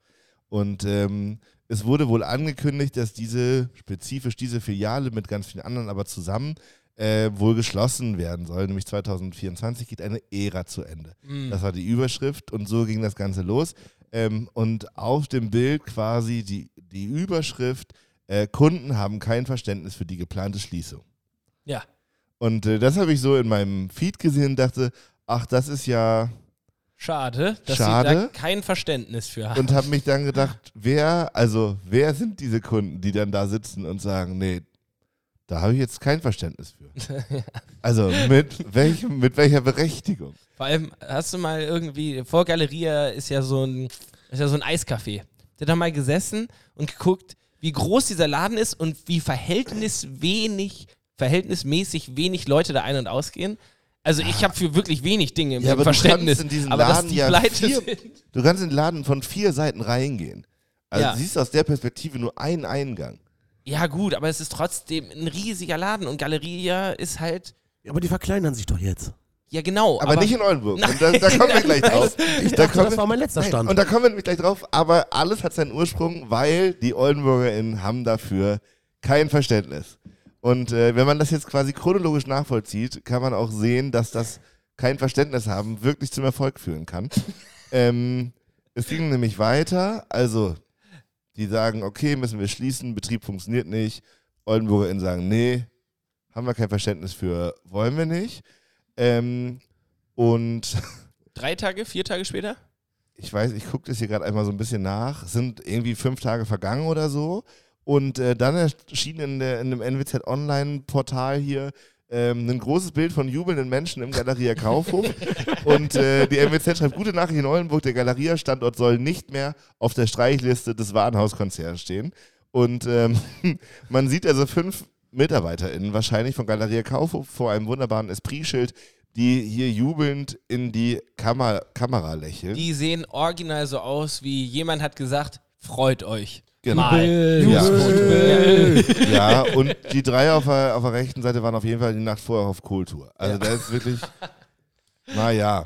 Und ähm, es wurde wohl angekündigt, dass diese, spezifisch diese Filiale mit ganz vielen anderen aber zusammen, äh, wohl geschlossen werden soll. Nämlich 2024 geht eine Ära zu Ende.
Hm,
Das war die Überschrift und so ging das Ganze los. Ähm, und auf dem Bild quasi die, die Überschrift, äh, Kunden haben kein Verständnis für die geplante Schließung.
Ja.
Und äh, das habe ich so in meinem Feed gesehen und dachte, ach, das ist ja...
Schade, dass sie da
Schade.
kein Verständnis für haben.
Und habe mich dann gedacht, wer, also wer sind diese Kunden, die dann da sitzen und sagen, nee, da habe ich jetzt kein Verständnis für. Also mit, welchem, mit welcher Berechtigung?
Vor allem, hast du mal irgendwie, vor Galeria ist ja so ein, ist ja so ein Eiscafé. Der hat da mal gesessen und geguckt, wie groß dieser Laden ist und wie verhältniswenig, verhältnismäßig wenig Leute da ein- und ausgehen. Also ich habe für wirklich wenig Dinge im
Ah. Ja, aber du
Verständnis,
kannst in diesen
aber dass
Laden
die
ja
pleite
vier-
sind.
Du kannst in den Laden von vier Seiten reingehen. Also
Ja.
du siehst aus der Perspektive nur einen Eingang.
Ja gut, aber es ist trotzdem ein riesiger Laden und Galeria ist halt,
Aber die verkleinern sich doch jetzt.
ja genau.
Aber, nicht in Oldenburg. Und da, da kommen wir gleich drauf. Ich
dachte, das war mein letzter Stand.
Und da kommen wir nämlich gleich drauf. Aber alles hat seinen Ursprung, weil die OldenburgerInnen haben dafür kein Verständnis. Und äh, wenn man das jetzt quasi chronologisch nachvollzieht, kann man auch sehen, dass das kein Verständnis haben wirklich zum Erfolg führen kann. ähm, es ging nämlich weiter. Also, die sagen, okay, müssen wir schließen, Betrieb funktioniert nicht. OldenburgerInnen sagen, nee, haben wir kein Verständnis für, wollen wir nicht. Ähm, und
Drei Tage, vier Tage später?
ich weiß, ich gucke das hier gerade einmal so ein bisschen nach. Es sind irgendwie fünf Tage vergangen oder so. Und äh, dann erschien in, der, in dem NWZ Online-Portal hier ähm, ein großes Bild von jubelnden Menschen im Galeria Kaufhof. Und äh, die NWZ schreibt, gute Nachricht in Oldenburg, der Galeria-Standort soll nicht mehr auf der Streichliste des Warenhauskonzerns stehen. Und ähm, man sieht also fünf MitarbeiterInnen wahrscheinlich von Galeria Kaufhof vor einem wunderbaren Esprit-Schild, die hier jubelnd in die Kammer Kamera lächeln.
Die sehen original so aus, wie jemand hat gesagt, freut euch.
Genau.
Mal.
Ja, und die drei auf der, auf der rechten Seite waren auf jeden Fall die Nacht vorher auf Kultur. Also das ist wirklich, naja.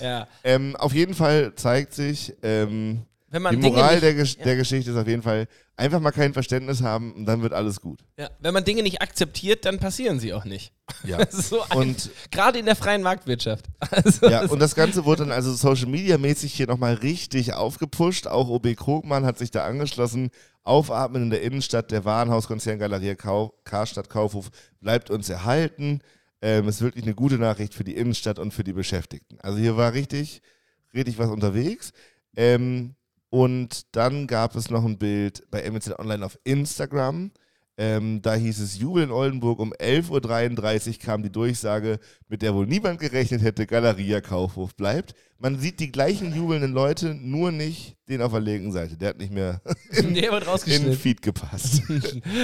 Ja.
Ähm, auf jeden Fall zeigt sich, ähm,
Wenn
die
man Dinge
Moral
nicht-
der, Gesch der Geschichte ist auf jeden Fall, einfach mal kein Verständnis haben und dann wird alles gut.
Ja, wenn man Dinge nicht akzeptiert, dann passieren sie auch nicht.
Ja.
Das ist so
Und-
und gerade in der freien Marktwirtschaft. Also
Ja, und das Ganze wurde dann also Social Media mäßig hier nochmal richtig aufgepusht. Auch OB Krogmann hat sich da angeschlossen. Aufatmen in der Innenstadt, der Warenhauskonzern Galeria Kau Karstadt Kaufhof bleibt uns erhalten. Ähm, ist wirklich eine gute Nachricht für die Innenstadt und für die Beschäftigten. Also hier war richtig, richtig was unterwegs. Ähm, und dann gab es noch ein Bild bei MNZ Online auf Instagram. Ähm, da hieß es Jubel in Oldenburg. Um 11.33 Uhr kam die Durchsage, mit der wohl niemand gerechnet hätte, Galeria Kaufhof bleibt. Man sieht die gleichen jubelnden Leute, nur nicht den auf der linken Seite. Der hat nicht mehr
der wird
in den
rausgeschnitten.
Feed gepasst.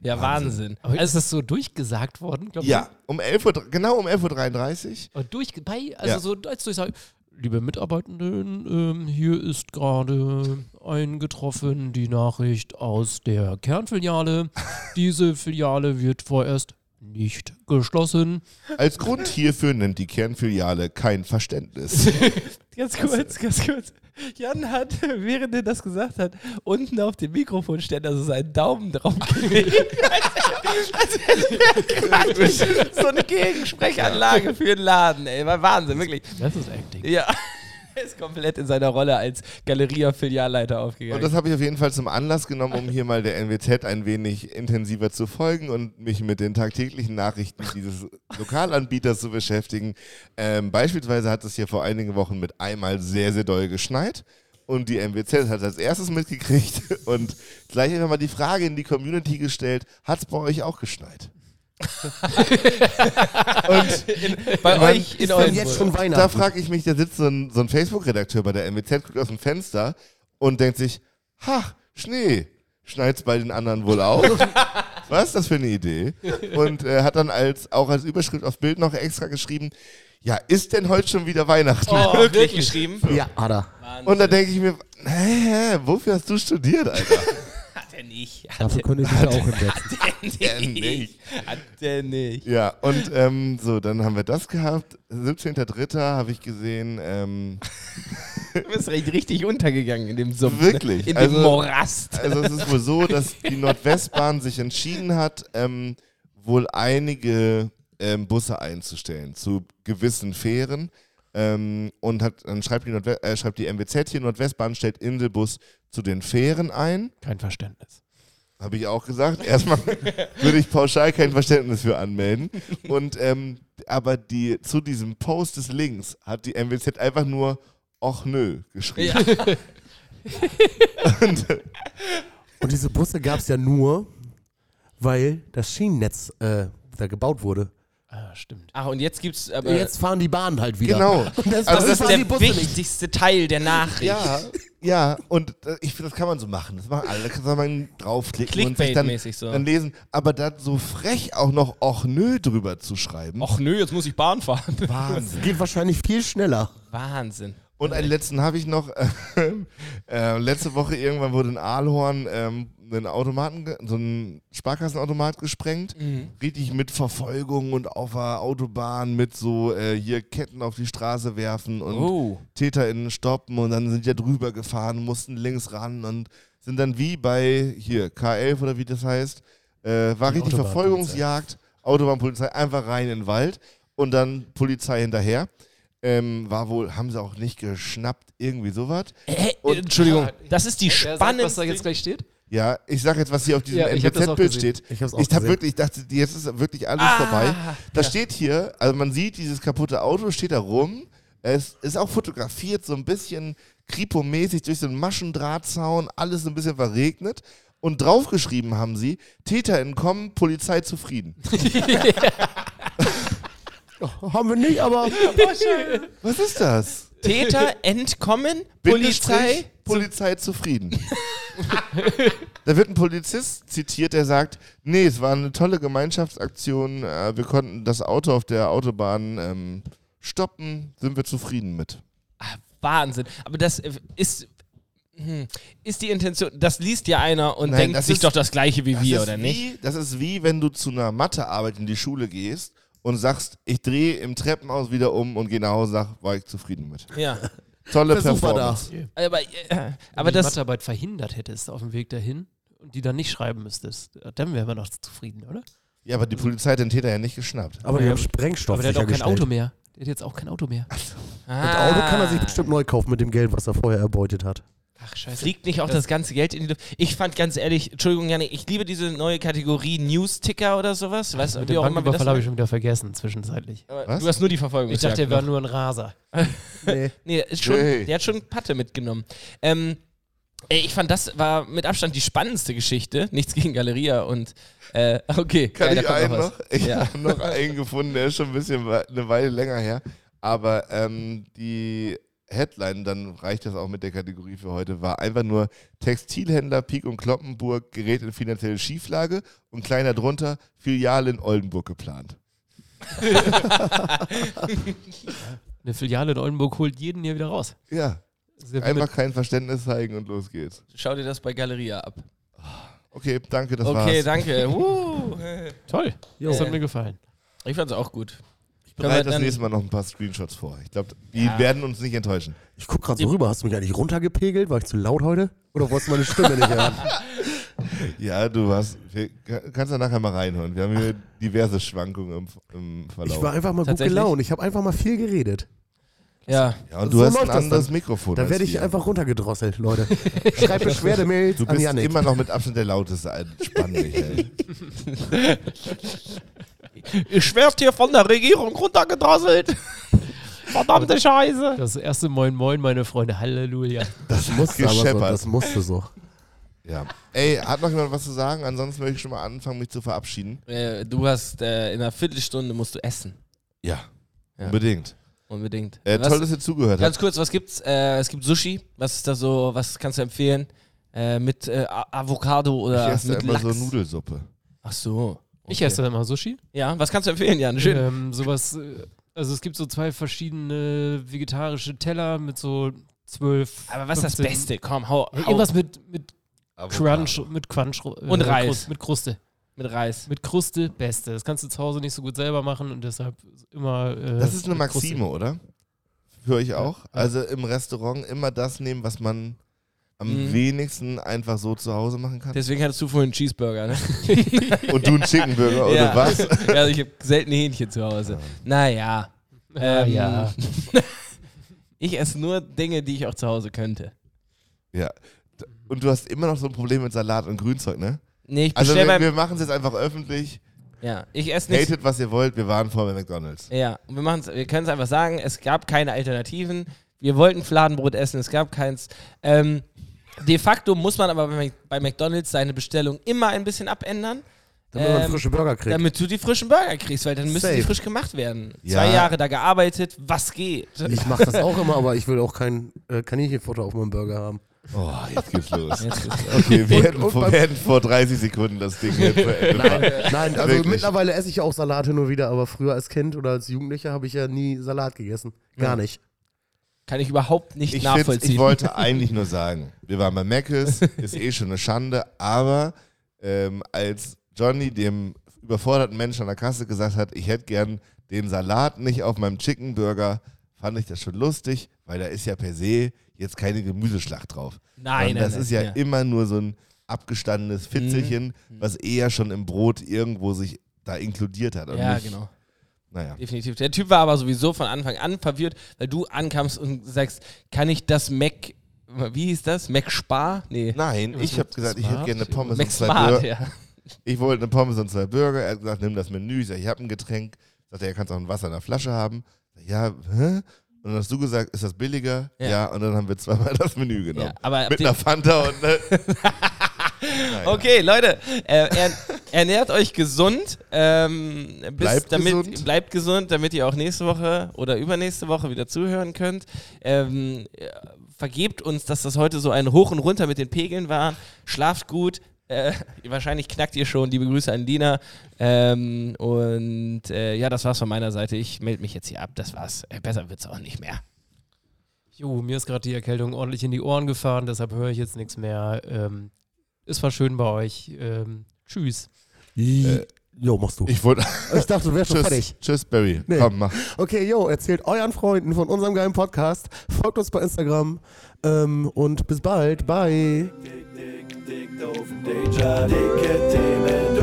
Ja, Wahnsinn.
Aber ist das so durchgesagt worden, glaube
ja, um 11 Uhr, dr- genau um 11.33 Uhr.
Und durch, bei, also
Ja.
so als Durchsage, liebe Mitarbeitenden, ähm, hier ist gerade eingetroffen die Nachricht aus der Kernfiliale. Diese Filiale wird vorerst nicht geschlossen.
Als Grund hierfür nennt die Kernfiliale kein Verständnis.
Ganz kurz, ganz kurz. Jan hat, während er das gesagt hat, unten auf dem Mikrofonständer so seinen Daumen drauf gelegt. als hätte er gerade so eine Gegensprechanlage für den Laden, ey. War Wahnsinn, wirklich.
Das ist Acting.
Ja. Er ist komplett in seiner Rolle als Galeria-Filialleiter aufgegangen.
Und das habe ich auf jeden Fall zum Anlass genommen, um hier mal der NWZ ein wenig intensiver zu folgen und mich mit den tagtäglichen Nachrichten dieses Lokalanbieters zu beschäftigen. Ähm, beispielsweise hat es hier vor einigen Wochen mit einmal sehr, sehr doll geschneit. Und die MWZ hat als erstes mitgekriegt und gleich einfach mal die Frage in die Community gestellt, hat es bei euch auch geschneit? und
Bei
Mann,
euch in
Ist denn jetzt
Oldenburg.
schon Weihnachten?
da frage ich mich, da sitzt so ein, so ein Facebook-Redakteur bei der MWZ, guckt aus dem Fenster und denkt sich, ha, Schnee, schneit's bei den anderen wohl auch? Was ist das für eine Idee? Und äh, hat dann als, auch als Überschrift aufs Bild noch extra geschrieben, ja, ist denn heute schon wieder Weihnachten?
Oh, wirklich geschrieben?
ja, hat er.
Und da denke ich mir, hä, wofür hast du studiert, Alter?
Hat er nicht. Hat
Dafür könnte ich mich auch hinsetzen.
er nicht. Hat er nicht.
Ja, und ähm, so, dann haben wir das gehabt. 17.3. habe ich gesehen, ähm,
Du bist recht richtig untergegangen in dem Sumpf. ne?
Wirklich,
In dem
also-
Morast.
Also es ist wohl so, dass die Nordwestbahn sich entschieden hat, ähm, wohl einige ähm, Busse einzustellen zu gewissen Fähren. Ähm, und hat, dann schreibt die, Nordwe äh, schreibt die MWZ hier, Nordwestbahn stellt Inselbus zu den Fähren ein.
Kein Verständnis.
Habe ich auch gesagt. Erstmal würde ich pauschal kein Verständnis für anmelden. Und ähm, aber die, zu diesem Post des Links hat die MWZ einfach nur Och nö geschrieben.
Ja.
Und diese Busse gab es ja nur, weil das Schienennetz äh, da gebaut wurde.
Ah, stimmt.
Ach, und jetzt gibt's aber.
Jetzt fahren die Bahnen halt
Äh.
wieder.
Genau.
Und das,
Also
Äh, also
das
das
ist
fahren die Busse nicht.
wichtigste Teil der Nachricht.
Ja, ja, und äh, ich finde, das kann man so machen. Das machen alle. Da kann man draufklicken und sich dann,
Clickbait-mäßig so.
dann lesen. Aber dann so frech auch noch Och nö drüber zu schreiben.
Ach nö, jetzt muss ich Bahn fahren.
Wahnsinn.
Geht wahrscheinlich viel schneller.
Wahnsinn.
Und einen letzten habe ich noch. ähm, äh, letzte Woche irgendwann wurde in Aalhorn ähm, ein Automaten, ge- so ein Sparkassenautomat gesprengt. Richtig mit Verfolgung und auf der Autobahn mit so äh, hier Ketten auf die Straße werfen und
Oh.
TäterInnen stoppen und dann sind die ja drüber gefahren, mussten links ran und sind dann wie bei hier K11 oder wie das heißt, äh, war richtig Verfolgungsjagd, Autobahnpolizei, einfach rein in den Wald und dann Polizei hinterher. Ähm, war wohl, haben sie auch nicht geschnappt, irgendwie sowas. Und-
Entschuldigung, Äh, das ist die
Wer sagt, was da
spannendste.
jetzt gleich steht?
Ja, ich sag jetzt, was hier auf diesem
Ja, ich hab das auch
NBZ-Bild
gesehen. Ah!
steht.
Ich hab's auch
ich hab
gesehen.
wirklich, ich dachte, jetzt ist wirklich alles vorbei. Da steht hier, also man sieht dieses kaputte Auto, steht da rum. Es ist auch fotografiert, so ein bisschen Kripo-mäßig durch so einen Maschendrahtzaun, alles so ein bisschen verregnet. Und draufgeschrieben haben sie, Täter entkommen, Polizei zufrieden.
Haben wir nicht, aber
Was ist das?
Täter entkommen,
Bindestrich,
Polizei.
Polizei zufrieden. da wird ein Polizist zitiert, der sagt, nee, es war eine tolle Gemeinschaftsaktion, äh, wir konnten das Auto auf der Autobahn ähm, stoppen, sind wir zufrieden mit.
Ah, Wahnsinn. Aber das äh, ist. hm, Ist die Intention, das liest ja einer und
Nein,
denkt
das
sich
ist-
doch das gleiche wie wir,
ist
oder
wie,
nicht?
Das ist wie, wenn du zu einer Mathearbeit in die Schule gehst und sagst, ich drehe im Treppenhaus wieder um und gehe nach Hause und sag, war ich zufrieden mit.
Ja.
Tolle
Versuch war da.
Performance.
Aber, äh, aber
Wenn du die
das.
Mathearbeit verhindert hättest auf dem Weg dahin und die dann nicht schreiben müsstest, äh, dann wären wir noch zufrieden, oder?
Ja, aber die Polizei hat den Täter ja nicht geschnappt.
aber die
Ja.
haben Sprengstoff
Aber der hat auch kein
sichergestellt.
Auto mehr. Der hat jetzt auch kein Auto mehr.
Das Auto kann
Ah.
er sich
Ah.
bestimmt neu kaufen mit dem Geld, was er vorher erbeutet hat.
Ach, scheiße.
Fliegt nicht auch das, ganze Geld in die Luft? Ich fand ganz ehrlich, Entschuldigung, Janik, ich liebe diese neue Kategorie News-Ticker oder sowas. Weißt du,
Mit
wie
dem
auch immer wir das
Also Banküberfall habe ich schon wieder vergessen, zwischenzeitlich.
Aber
Was?
Du hast nur die Verfolgung. ne?
Ich dachte, der war nur ein Raser.
Nee.
Nee, ist schon,
Nee.
der hat schon Patte mitgenommen. Ähm, ey, ich fand, das war mit Abstand die spannendste Geschichte. Nichts gegen Galeria und. Äh, okay,
Kann
geil,
ich
da kommt
einen
noch was.
noch? Ich
Ja.
habe noch einen gefunden, der ist schon ein bisschen we- eine Weile länger her. Aber ähm, die Headline, dann reicht das auch mit der Kategorie für heute, war einfach nur Textilhändler Pieck und Kloppenburg gerät in finanzielle Schieflage und kleiner drunter Filiale in Oldenburg geplant.
Eine Filiale in Oldenburg holt jeden hier wieder raus.
Ja,
Das ist ja wie mit-
einfach kein Verständnis zeigen und los geht's.
Schau dir das bei Galeria ab.
Okay, danke, das
Okay,
war's.
danke. Uh.
Toll. Das hat mir gefallen.
Ich fand's auch gut. Ich
Ich bereite das nächste Mal noch ein paar Screenshots vor. Ich glaube, die werden uns nicht enttäuschen.
Ich guck gerade so rüber. Hast du mich eigentlich runtergepegelt? War ich zu laut heute? Oder wolltest du meine Stimme nicht hören?
Ja, du hast, wir- kannst da nachher mal reinhören. Wir haben hier diverse Schwankungen im, im Verlauf.
Ich war einfach mal gut
Tatsächlich?
gelaunt. Ich habe einfach mal viel geredet.
Ja.
Ja, und
So
du hast ein
läuft das
anderes
dann.
Mikrofon.
Da
als
werde ich
wir.
einfach runtergedrosselt, Leute. Schreibt Beschwerdemails
Du
an
bist
Janik.
immer noch mit Abstand der lauteste. Alter. Spann dich, ey.
Ich werd hier von der Regierung runtergedrosselt. Verdammte Scheiße.
Das erste Moin Moin, meine Freunde. Halleluja.
das musste so.
gescheppert.
Das musste so.
Ja. Ey, hat noch jemand was zu sagen? Ansonsten möchte ich schon mal anfangen, mich zu verabschieden.
Äh, du hast äh, in einer Viertelstunde musst du essen.
Ja.
Ja.
Unbedingt.
Unbedingt.
Äh,
Was-
toll, dass ihr zugehört habt.
Ganz kurz, was gibt's? Äh, es gibt Sushi. Was ist da so, was kannst du empfehlen? Äh, mit äh, A- Avocado
Ich
oder
esse
mit
immer
Lachs?
so Nudelsuppe.
Ach so.
Ich
Okay.
esse dann immer Sushi.
Ja, was kannst du empfehlen, Jan? Schön.
Ähm, sowas, äh, also es gibt so zwei verschiedene vegetarische Teller mit so zwölf.
Aber was ist das
15
Beste? Komm, hau,
Hey,
hau
Äh, irgendwas mit, mit Crunch, mit Crunch. äh,
Und Reis.
Krust- Mit Kruste.
mit Reis.
Mit Kruste, beste. Das kannst du zu Hause nicht so gut selber machen und deshalb immer. Äh,
Das ist eine
mit
Maxime,
Kruste.
oder? Für euch auch? Also im Restaurant immer das nehmen, was man am
Mhm.
wenigsten einfach so zu Hause machen kann.
Deswegen hattest du vorhin einen Cheeseburger, ne?
Und du einen Chickenburger oder
Ja.
was?
ja, ich habe selten Hähnchen zu Hause. Naja.
Ah, ja.
ich esse nur Dinge, die ich auch zu Hause könnte.
Ja. Und du hast immer noch so ein Problem mit Salat und Grünzeug, ne?
Nee, ich
Also
bestell
wir,
beim.
wir machen es jetzt einfach öffentlich.
Ja, ich esse nichts.
Hatet, was ihr wollt, wir waren vorher bei McDonalds.
Ja, und wir, machen's- wir können es einfach sagen, es gab keine Alternativen. Wir wollten Fladenbrot essen, es gab keins. Ähm, de facto muss man aber bei, Mc- bei McDonalds seine Bestellung immer ein bisschen abändern.
Damit man
Ähm,
frische Burger kriegt.
damit du die frischen Burger kriegst, weil dann müssen die
Safe.
frisch gemacht werden.
Ja.
Zwei Jahre da gearbeitet, was geht?
Ich mache das auch immer, aber ich will auch kein äh, Kaninchenfutter auf meinem Burger haben.
Oh, jetzt geht's los. Okay, wir, hätten, vor, wir hätten vor 30 Sekunden das Ding jetzt beendet.
Nein, also
Wirklich.
mittlerweile esse ich auch Salate nur wieder, aber früher als Kind oder als Jugendlicher habe ich ja nie Salat gegessen. Gar nicht.
Kann ich überhaupt nicht
Ich, find's-
nachvollziehen.
ich wollte eigentlich nur sagen, wir waren bei Meckes, ist eh schon eine Schande, aber ähm, als Johnny dem überforderten Menschen an der Kasse gesagt hat, ich hätte gern den Salat nicht auf meinem Chicken Burger, fand ich das schon lustig, weil da ist ja per se jetzt keine Gemüseschlacht drauf.
Nein,
Und
nein,
das
nein,
ist ja,
ja. Mhm.
immer nur so ein abgestandenes Fitzelchen, was eher schon im Brot irgendwo sich da inkludiert hat. Und
ja,
nicht,
genau.
Naja.
Definitiv. Der Typ war aber sowieso von Anfang an verwirrt, weil du ankamst und sagst, kann ich das Mac, wie hieß das? Mac Spar? Nee.
Nein, ich habe gesagt, ich hätte
Smart?
gerne eine Pommes
Mac
und zwei
Smart,
Bur-
ja.
Ich wollte eine Pommes und zwei Burger. Er hat gesagt, nimm das Menü. Ich sage, ich habe ein Getränk. Sagt er, er kann auch ein Wasser in der Flasche haben. Sag, ja, hä? Und dann hast du gesagt, ist das billiger?
Ja.
Ja. und dann haben wir zweimal das Menü genommen.
Ja, aber ab
Mit
dem-
einer Fanta und ne?
Okay, Leute, äh, er, ernährt euch gesund. Ähm, bis,
Bleibt
damit,
gesund.
Bleibt gesund, damit ihr auch nächste Woche oder übernächste Woche wieder zuhören könnt. Ähm, äh, vergebt uns, dass das heute so ein Hoch und Runter mit den Pegeln war. Schlaft gut. Äh, wahrscheinlich knackt ihr schon. Liebe Grüße an Lina. Ähm, und äh, ja, das war's von meiner Seite. Ich melde mich jetzt hier ab. Das war's. Äh, besser wird's auch nicht mehr.
Jo, mir ist gerade die Erkältung ordentlich in die Ohren gefahren, deshalb höre ich jetzt nichts mehr. Ähm, es war schön bei euch. Ähm, tschüss.
Äh, jo, machst du. Ich,
Ich wollte.
dachte, du wärst schon fertig.
tschüss, tschüss, Barry.
Nee.
Komm, mach.
Okay, jo, erzählt euren Freunden von unserem geilen Podcast. Folgt uns bei Instagram. Ähm, und bis bald. Bye.
Dick, dick, dick, doofen Danger, dicke Themen